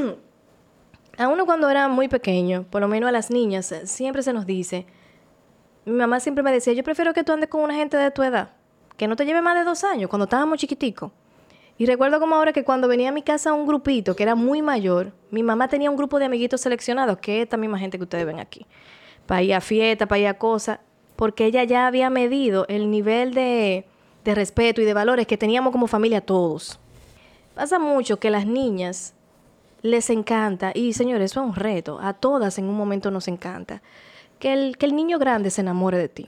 S2: a uno cuando era muy pequeño, por lo menos a las niñas, eh, siempre se nos dice, mi mamá siempre me decía, yo prefiero que tú andes con una gente de tu edad, que no te lleve más de dos años, cuando estábamos chiquiticos. Y recuerdo como ahora que cuando venía a mi casa un grupito que era muy mayor, mi mamá tenía un grupo de amiguitos seleccionados, que es esta misma gente que ustedes ven aquí, para ir a fiesta, para ir a cosas, porque ella ya había medido el nivel de, de respeto y de valores que teníamos como familia todos. Pasa mucho que las niñas les encanta, y señores, eso es un reto, a todas en un momento nos encanta, que el, que el niño grande se enamore de ti.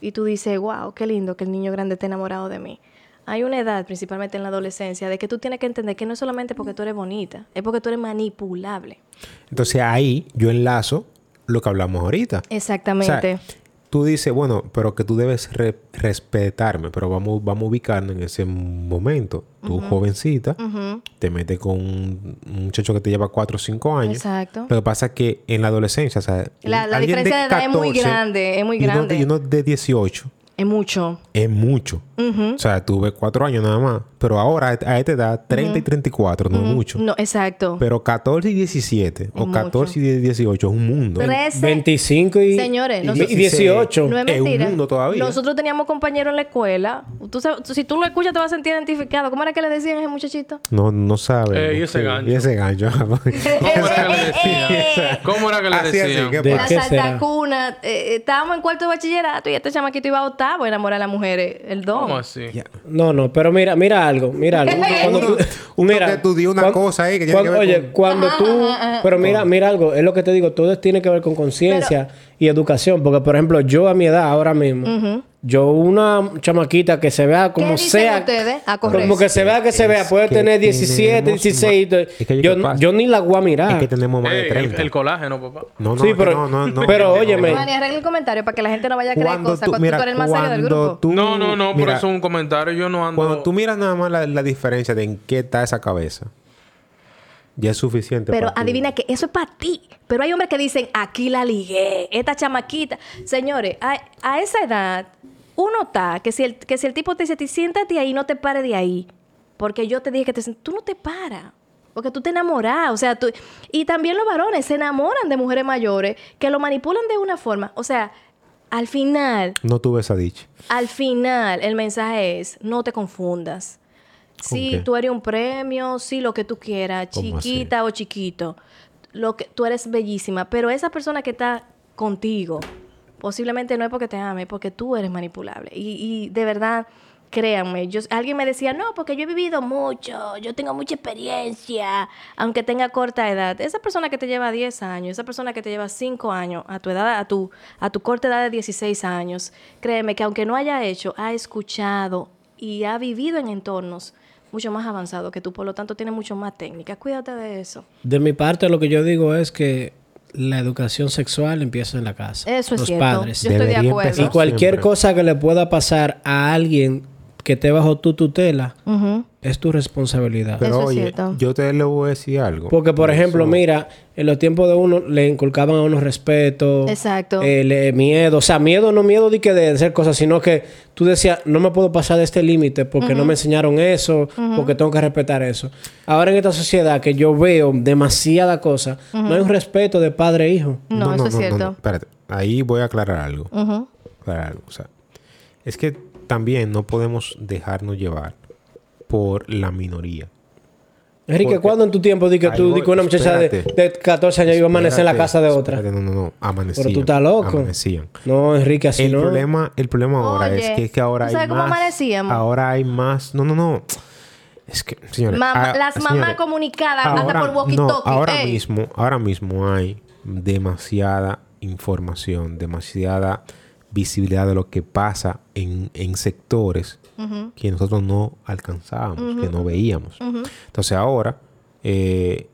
S2: Y tú dices, wow, qué lindo que el niño grande esté enamorado de mí. Hay una edad, principalmente en la adolescencia, de que tú tienes que entender que no es solamente porque tú eres bonita, es porque tú eres manipulable.
S4: Entonces ahí yo enlazo lo que hablamos ahorita. O sea,
S2: Exactamente.
S4: tú dices, bueno, pero que tú debes re- respetarme, pero vamos, vamos a ubicarnos en ese momento. Tú, jovencita, te metes con un un muchacho que te lleva 4 o 5 años.
S2: Exacto.
S4: Lo que pasa es que en la adolescencia, o sea,
S2: La- la
S4: alguien
S2: diferencia de edad es muy
S4: 14
S2: grande, es muy
S4: y uno-
S2: grande.
S4: Y uno de 18
S2: es mucho.
S4: es mucho. O sea, tuve 4 años nada más. Pero ahora, a esta edad, 30 y 34, no es mucho.
S2: No, exacto.
S4: Pero 14 y 17 o
S2: mucho.
S4: 14 y 18 es un mundo.
S2: Trece-
S3: 25 y,
S2: Señores,
S3: y-
S2: nosotros-
S3: y 18.
S2: No es
S4: Es un
S2: mentira.
S4: mundo todavía.
S2: Nosotros teníamos compañeros en la escuela. Tú sabes- tú- si tú lo escuchas, te vas a sentir identificado. ¿Cómo era que le decían a ese muchachito?
S4: No, no sabe.
S5: Eh, y ese
S4: Sí,
S5: gancho.
S4: Y ese gancho.
S5: (laughs) ¿Cómo
S2: Eh,
S5: era que le decían? ¿Cómo era que le
S4: Así, así,
S5: decían?
S4: ¿qué
S3: ¿De
S2: La
S3: qué será?
S2: saltacuna. Eh, eh, estábamos en cuarto de bachillerato y este chamaquito iba a octavo a enamorar a las mujeres. El don.
S5: ¿Cómo así?
S4: Ya.
S3: No, no, pero mira, mira algo, mira
S4: (laughs)
S3: algo. Cuando tú,
S4: uno
S3: mira,
S4: que estudió una
S3: cuan-
S4: cosa ahí que tiene
S3: cuando-
S4: que ver
S3: Oye,
S4: con- Ah,
S3: cuando tú, pero mira, mira algo, es lo que te digo, todo tiene que ver con conciencia y educación, porque por ejemplo, yo a mi edad ahora mismo Yo, una chamaquita que se vea como
S2: dicen
S3: sea.
S2: ustedes?
S4: Ah,
S2: A correr.
S3: como que se vea que se vea, puede
S4: que
S3: tener 17,
S4: tenemos
S3: 16.
S4: más- es que yo-
S3: yo,
S4: ¿qué pasa?
S3: yo ni la voy a mirar.
S4: Es que tenemos más de
S5: Ey, el,
S4: 30.
S5: Eh, el colágeno, papá.
S4: No, no,
S3: Sí,
S4: es que
S3: pero-
S4: no, no, no.
S3: pero
S4: no, no,
S3: óyeme.
S4: no.
S2: Manny, arregla el comentario para que la gente no vaya a creer
S4: Cuando
S2: cosas.
S4: tú,
S2: Cuando
S4: mira,
S2: tú eres el más serio del
S4: cuando
S2: grupo.
S4: tú...
S5: No, no, no, por
S4: mira,
S5: eso es un comentario. Yo no ando.
S4: Cuando tú miras nada más la, la diferencia de en qué está esa cabeza, ya es suficiente.
S2: Pero
S4: para tú-
S2: adivina que eso es para ti. Pero hay hombres que dicen, aquí la ligué, esta chamaquita. Señores, a, a esa edad, uno está, que si, el, que si el tipo te dice, "Ti- siéntate ahí, no te pares de ahí. Porque yo te dije que te sent- tú no te paras. Porque tú te enamoras, o sea, tú... Y también los varones se enamoran de mujeres mayores que lo manipulan de una forma. O sea, al final,
S4: No tuve esa dicha.
S2: al final, el mensaje es, no te confundas. Sí,
S4: qué?
S2: tú eres un premio, sí, lo que tú quieras,
S4: ¿Cómo así?
S2: chiquita o chiquito. Lo que, tú eres bellísima, pero esa persona que está contigo, posiblemente no es porque te ame, porque tú eres manipulable. Y, y de verdad, créanme, yo, alguien me decía, no, porque yo he vivido mucho, yo tengo mucha experiencia, aunque tenga corta edad. Esa persona que te lleva 10 años, esa persona que te lleva 5 años, a tu edad, a tu, a tu corta edad de 16 años, créeme que aunque no haya hecho, ha escuchado y ha vivido en entornos mucho más avanzados que tú, por lo tanto tiene mucho más técnica. Cuídate de eso.
S3: De mi parte, lo que yo digo es que la educación sexual empieza en la casa.
S2: Eso es
S3: los
S2: cierto.
S3: padres.
S2: Yo estoy de
S4: Debería
S2: acuerdo.
S4: empezar.
S3: Y cualquier
S4: Siempre.
S3: cosa que le pueda pasar a alguien que esté bajo tu tutela,
S2: Ujú.
S3: es tu responsabilidad.
S4: Pero
S2: Eso es
S4: oye,
S2: cierto.
S4: yo te le voy a decir algo.
S3: Porque, por
S4: Eso-
S3: ejemplo, mira, en los tiempos de uno le inculcaban a uno respeto.
S2: Exacto.
S3: eh, le- miedo. O sea, miedo, no miedo de que de hacer cosas, sino que tú decías, no me puedo pasar de este límite porque no me enseñaron eso, porque tengo que respetar eso. Ahora en esta sociedad que yo veo demasiada cosa, no hay un respeto de padre e hijo.
S2: No, eso es cierto.
S4: Espérate, ahí voy a aclarar algo.
S2: Ujú.
S4: Aclarar algo. O sea, es que también no podemos dejarnos llevar por la minoría.
S3: Enrique,
S4: Porque-
S3: ¿cuándo en tu tiempo di que
S4: Ahí
S3: tú di
S4: voy,
S3: que una muchacha de,
S4: espérate.
S3: de 14 años iba a amanecer en la
S4: Espérate,
S3: casa de otra?
S4: espérate, no, no, no. Amanecían.
S3: Pero tú estás loco.
S4: Amanecían.
S3: No, Enrique, así
S4: el
S3: no.
S4: problema, el problema ahora
S2: Oye,
S4: es que, es que ahora
S2: ¿tú
S4: hay
S2: sabes cómo
S4: más.
S2: amanecíamos?
S4: Ahora hay más. No, no, no. Es que, señores.
S2: Mamá-
S4: ah,
S2: las mamás
S4: señores,
S2: comunicadas, hasta por walkie-talkie.
S4: no, ahora
S2: ey.
S4: mismo, ahora mismo hay demasiada información, demasiada visibilidad de lo que pasa en, en sectores que nosotros no alcanzábamos, que no veíamos. Entonces ahora eh,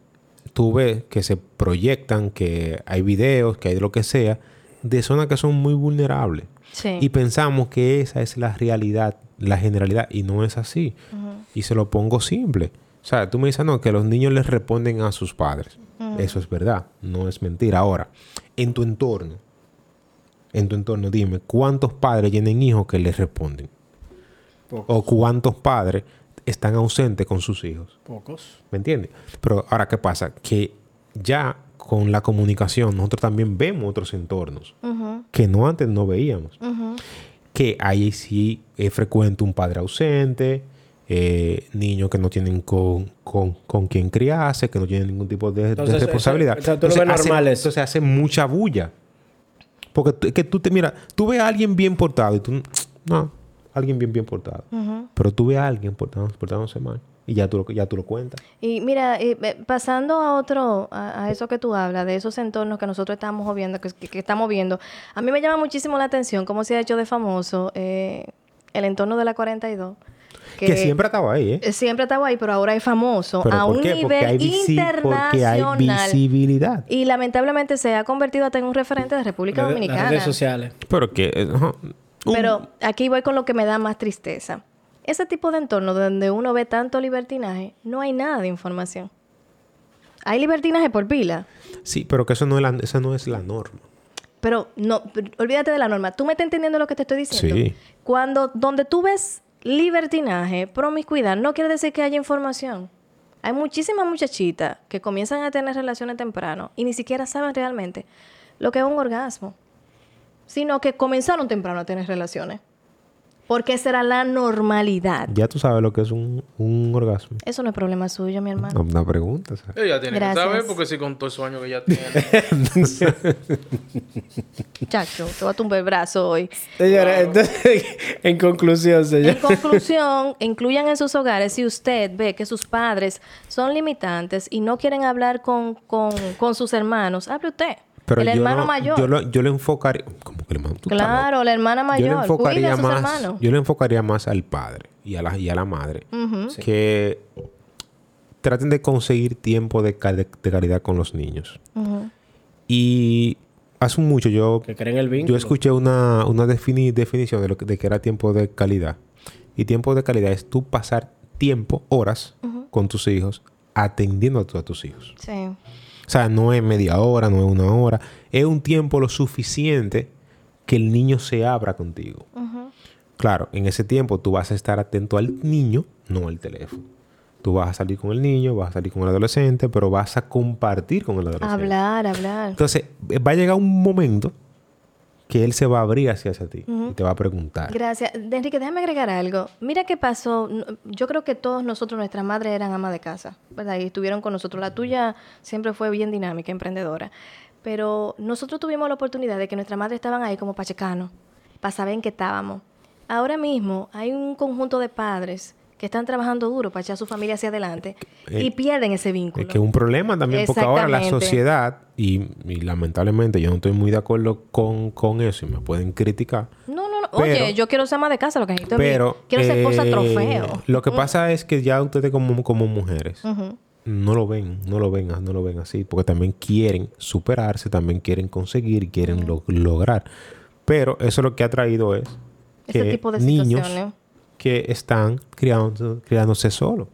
S4: tú ves que se proyectan, que hay videos, que hay de lo que sea, de zonas que son muy vulnerables.
S2: Sí.
S4: Y pensamos que esa es la realidad, la generalidad, y no es así. Y se lo pongo simple. O sea, tú me dices, no, que los niños les responden a sus padres. Eso es verdad, no es mentira. Ahora, en tu entorno, en tu entorno, dime, ¿cuántos padres tienen hijos que les responden? ¿O cuántos padres están ausentes con sus hijos?
S3: Pocos.
S4: ¿Me entiendes? Pero ahora, ¿qué pasa? Que ya con la comunicación nosotros también vemos otros entornos que no antes no veíamos. Que ahí sí es frecuente un padre ausente, eh, niños que no tienen con, con, con quien criarse, que no tienen ningún tipo de, de
S3: Entonces, eso-
S4: responsabilidad.
S3: o sea, tú lo ves
S4: hace-
S3: normal eso.
S4: entonces hace mucha bulla. Porque tú- es que tú te mira, tú ves a alguien bien portado y tú, no, alguien bien bien portado. Pero tú ves a alguien portado- portándose mal y ya tú, lo- ya tú lo cuentas.
S2: Y mira, eh, eh, pasando a otro, a, a eso que tú hablas, de esos entornos que nosotros estamos viendo, que, que- que estamos viendo, a mí me llama muchísimo la atención cómo se ha hecho de famoso eh, el entorno de la 42.
S4: Que, siempre estaba ahí, ¿eh?
S2: eh, siempre estaba ahí, pero ahora es famoso
S4: ¿Pero
S2: a
S4: por
S2: un
S4: qué? Porque hay,
S2: nivel
S4: visi- porque hay
S2: internacional.
S4: visibilidad.
S2: Y lamentablemente se ha convertido hasta en un referente de República
S3: Las-
S2: Dominicana.
S3: Las redes
S4: (laughs)
S3: sociales.
S4: Pero que... eh, ajá. Un-
S2: Pero aquí voy con lo que me da más tristeza. Ese tipo de entorno donde uno ve tanto libertinaje, no hay nada de información. Hay libertinaje por pila,
S4: Sí, pero que eso no es la, esa no es la norma.
S2: pero no, pero olvídate de la norma. ¿Tú me estás entendiendo lo que te estoy diciendo?
S4: Sí.
S2: Cuando donde tú ves libertinaje, promiscuidad, no quiere decir que haya información. Hay muchísimas muchachitas que comienzan a tener relaciones temprano y ni siquiera saben realmente lo que es un orgasmo, sino que comenzaron temprano a tener relaciones. Porque será la normalidad.
S4: Ya tú sabes lo que es un, un orgasmo.
S2: Eso no es problema suyo, mi hermano.
S4: No, Una pregunta. o sea.
S5: Ella tiene
S2: Gracias.
S5: que saber porque si con todo su año que ya
S2: (laughs)
S5: tiene.
S2: Chacho, te voy a tumbar el brazo hoy.
S3: Señores,
S4: (laughs)
S3: entonces, en conclusión,
S2: En
S3: señor.
S2: conclusión, incluyan en sus hogares si usted ve que sus padres son limitantes y no quieren hablar con, con, con sus hermanos, hable usted.
S4: Pero
S2: El
S4: yo
S2: hermano
S4: lo-
S2: mayor.
S4: Yo lo, yo lo enfocaría... ¿Cómo que el hermano? Tú estás loco.
S2: Claro, la hermana
S4: Yo
S2: mayor. Cuida
S4: le
S2: a
S4: enfocaría
S2: sus
S4: más...
S2: hermanos.
S4: Yo le enfocaría más al padre y a la, y a la madre. Que traten de conseguir tiempo de, ca- de calidad con los niños.
S2: Ujú.
S4: Y hace mucho yo...
S3: Que creen el vínculo.
S4: Yo escuché una, una defini- definición de, lo que, de que era tiempo de calidad. Y tiempo de calidad es tú pasar tiempo, horas, con tus hijos, atendiendo a, tu- a tus hijos.
S2: Sí.
S4: O sea, no es media hora, no es una hora. Es un tiempo lo suficiente que el niño se abra contigo. Claro, en ese tiempo tú vas a estar atento al niño, no al teléfono. Tú vas a salir con el niño, vas a salir con el adolescente, pero vas a compartir con el adolescente.
S2: Hablar, hablar.
S4: Entonces, eh, va a llegar un momento que él se va a abrir hacia, hacia ti y te va a preguntar.
S2: Gracias. Enrique, déjame agregar algo. Mira qué pasó. No, Yo creo que todos nosotros, nuestras madres eran amas de casa, ¿verdad? Y estuvieron con nosotros. La tuya siempre fue bien dinámica, emprendedora. Pero nosotros tuvimos la oportunidad de que nuestras madres estaban ahí como pachecanos, para saber en qué estábamos. Ahora mismo hay un conjunto de padres que están trabajando duro para echar a su familia hacia adelante
S4: Eh,
S2: y pierden ese
S4: Es
S2: vínculo.
S4: que es un problema también, porque ahora la
S2: Exactamente.
S4: sociedad, y, y lamentablemente yo no estoy muy de acuerdo con, con eso y me pueden criticar,
S2: No, no, no.
S4: Pero-
S2: Oye, yo quiero ser ama de casa, lo que necesito es mi-
S4: pero...
S2: Quiero ser esposa
S4: eh,
S2: trofeo. Mm.
S4: Lo que pasa es que ya ustedes como, como mujeres
S2: Ujú.
S4: no lo ven, no lo ven, no lo ven así, porque también quieren superarse, también quieren conseguir, quieren
S2: Mm.
S4: lo- lograr. Pero eso lo que ha traído es
S2: Ese
S4: que
S2: tipo de
S4: niños
S2: situaciones.
S4: que están criando- criándose solos.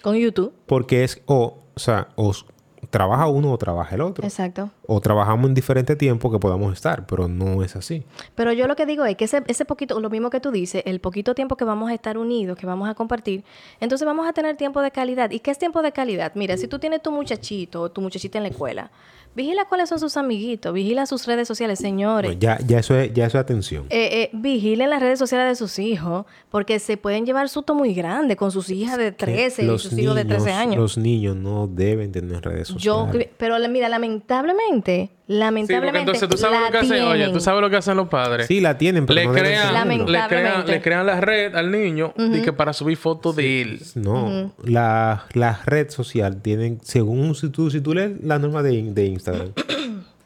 S2: Con YouTube.
S4: Porque es o, o sea, o s- trabaja uno o trabaja el otro.
S2: Exacto.
S4: O trabajamos en diferente tiempo que podamos estar, pero no es así.
S2: Pero yo lo que digo es que ese, ese poquito, lo mismo que tú dices, el poquito tiempo que vamos a estar unidos, que vamos a compartir, entonces vamos a tener tiempo de calidad. ¿Y qué es tiempo de calidad? Mira, si tú tienes tu muchachito o tu muchachita en la escuela, vigila cuáles son sus amiguitos, vigila sus redes sociales, señores.
S4: Bueno, Pues ya, ya eso es, ya eso es atención.
S2: Eh, eh, vigilen las redes sociales de sus hijos, porque se pueden llevar susto muy grande con sus hijas de 13 y sus hijos de 13 años.
S4: Los niños no deben tener redes
S2: Yo,
S4: sociales.
S2: cre- pero la- mira, lamentablemente,
S5: Sí, porque
S2: lamentablemente,
S5: entonces tú sabes
S2: la
S5: lo que hacen. Oye,
S2: tienen.
S5: tú sabes lo que hacen los padres.
S4: Sí, la tienen, pero
S5: le
S4: no deben
S5: crean,
S4: tenerlo.
S5: le crean,
S2: Lamentablemente.
S5: le crean la red al niño y que para subir fotos de él.
S4: No, la, la red social tienen, según si tú, si tú lees la norma de, in-
S2: (clears throat)
S4: de Instagram,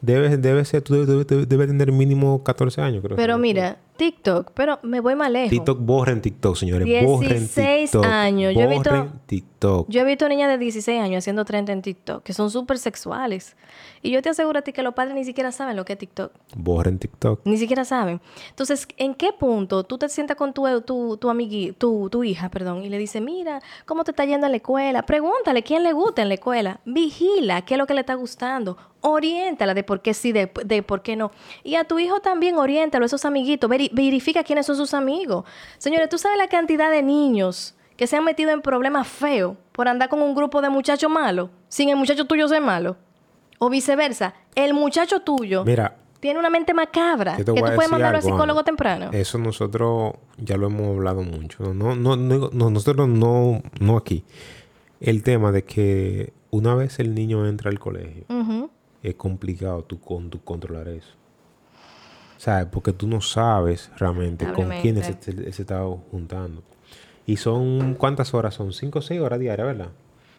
S4: debes, debe ser, tú debes, debes- debes tener mínimo 14 años, creo.
S2: Pero mira, TikTok, pero me voy más lejos.
S4: TikTok, borren TikTok, señores. borren
S2: 16
S4: TikTok.
S2: años. Yo he visto-
S4: Borren TikTok.
S2: Yo he visto niñas de 16 años haciendo trend en TikTok, que son súper sexuales. Y yo te aseguro a ti que los padres ni siquiera saben lo que es TikTok.
S4: Borren TikTok.
S2: Ni siquiera saben. Entonces, ¿en qué punto tú te sientas con tu, tu, tu amigui- tu, tu hija, perdón, y le dices, mira, ¿cómo te está yendo en la escuela? Pregúntale quién le gusta en la escuela. Vigila qué es lo que le está gustando. Oriéntala de por qué sí, de, de por qué no. Y a tu hijo también oriéntalo, esos amiguitos. Veri- verifica quiénes son sus amigos. Señores, ¿tú sabes la cantidad de niños que se han metido en problemas feos por andar con un grupo de muchachos malos, sin el muchacho tuyo ser malo? O viceversa, el muchacho tuyo
S4: Mira,
S2: tiene una mente macabra
S4: yo
S2: que
S4: te
S2: tú
S4: voy a
S2: puedes
S4: decir
S2: mandarlo al
S4: algo,
S2: psicólogo
S4: Ana. Eh,
S2: temprano.
S4: Eso nosotros ya lo hemos hablado mucho. No, no, no, no, nosotros no, no aquí. El tema de que una vez el niño entra al colegio,
S2: Ujú.
S4: es complicado tú, con, tú controlar eso. ¿Sabes? Porque tú no sabes realmente con
S2: Lamentablemente.
S4: quiénes se, se- se está juntando. Y son, ¿cuántas horas? Son 5 o 6 horas diarias, ¿verdad?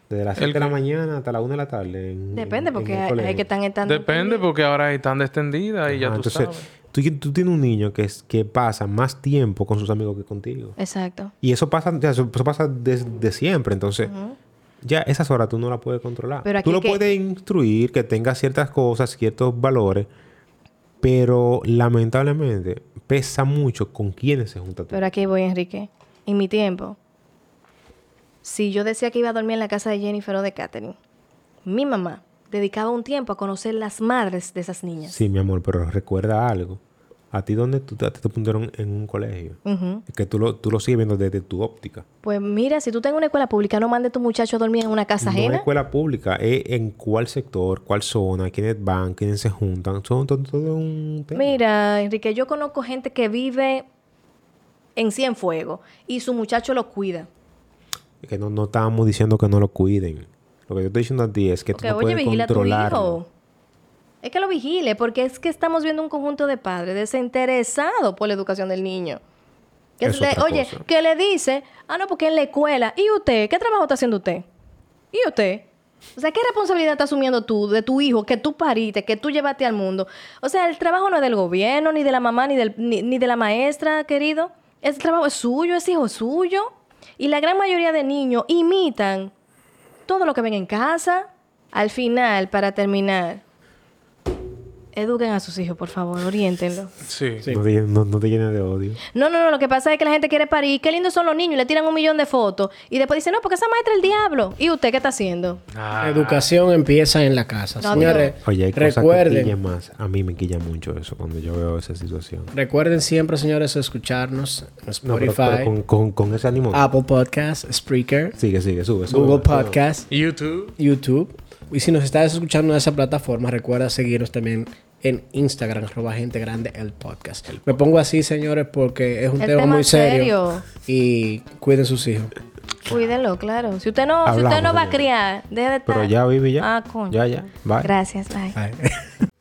S4: Desde las 7 de la mañana hasta la 1 de la tarde. en- en-
S2: Depende,
S4: en
S2: porque
S4: el
S2: hay,
S4: colegio.
S2: hay que están estando.
S5: Depende, porque ahora están extendidas y ya
S4: Ajá,
S5: tú
S4: entonces,
S5: sabes.
S4: tú, tú tienes un niño que, es, que pasa más tiempo con sus amigos que contigo.
S2: Exacto.
S4: Y eso pasa, o sea, eso, eso pasa desde siempre. Entonces, ya esas horas tú no las puedes controlar.
S2: Pero
S4: tú
S2: aquí
S4: lo
S2: que-
S4: puedes instruir, que tenga ciertas cosas, ciertos valores. Pero lamentablemente pesa mucho con quienes se junta tú.
S2: Pero aquí voy, Enrique. En mi tiempo, si yo decía que iba a dormir en la casa de Jennifer o de Katherine, mi mamá dedicaba un tiempo a conocer las madres de esas niñas.
S4: Sí, mi amor, pero recuerda algo. A ti donde tú te, te pusieron en un colegio.
S2: Ujú.
S4: Es que tú lo, tú lo sigues viendo desde tu óptica.
S2: Pues mira, si tú tienes una escuela pública, no mande a tu muchacho a dormir en una casa
S4: No es
S2: ajena.
S4: escuela pública, es en cuál sector, cuál zona, quiénes van, quiénes se juntan. Son todo, todo un tema.
S2: Mira, Enrique, yo conozco gente que vive en Cienfuegos y su muchacho lo cuida.
S4: Que no, no estábamos diciendo que no lo cuiden. Lo que yo estoy diciendo a ti es que
S2: Porque,
S4: tú no
S2: oye,
S4: puedes
S2: vigila a tu
S4: controlar.
S2: hijo. Es que lo vigile, porque es que estamos viendo un conjunto de padres desinteresados por la educación del niño. Que
S4: Es
S2: le-
S4: otra
S2: oye,
S4: cosa.
S2: que le dice, ah, no, porque en la escuela, ¿y usted? ¿Qué trabajo está haciendo usted? ¿Y usted? O sea, ¿qué responsabilidad estás asumiendo tú de tu hijo que tú pariste, que tú llevaste al mundo? O sea, el trabajo no es del gobierno, ni de la mamá, ni, del- ni, ni de la maestra, querido. El trabajo es suyo, es hijo suyo. Y la gran mayoría de niños imitan todo lo que ven en casa. Al final, para terminar, eduquen a sus hijos, por favor, oriéntenlo.
S5: Sí.
S4: No, te, no- no te llenes de odio.
S2: No, no, no, lo que pasa es que la gente quiere parir. Qué lindos son los niños, y le tiran un millón de fotos. Y después dicen, no, porque esa maestra es el diablo. ¿Y usted qué está haciendo?
S5: Ah,
S3: Educación empieza en la casa.
S2: No,
S3: Señores,
S4: Oye, hay cosas que quillan
S3: recuerden,
S4: más. A mí me quilla mucho eso cuando yo veo esa situación.
S3: recuerden siempre, señores, escucharnos en
S4: No, pero,
S3: Spotify,
S4: pero con, con, con ese ánimo.
S3: Apple Podcast, Spreaker,
S4: Sigue, sigue, sube, sube.
S3: Google Podcast,
S5: YouTube.
S3: YouTube. Y si nos estás escuchando en esa plataforma, recuerda seguirnos también en Instagram, arroba gente grande el podcast. Me pongo así, señores, porque es un
S2: El
S3: tema,
S2: tema
S3: muy
S2: es
S3: serio.
S2: serio.
S3: Y cuiden sus hijos.
S2: Cuídenlo, claro. Si usted no, si
S4: Hablamos,
S2: usted no va a
S4: señora.
S2: criar, deje de estar.
S4: Pero ya, Vivi, ya.
S2: Ah, coño.
S4: Ya, ya. Bye.
S2: Gracias, bye.
S3: Ay.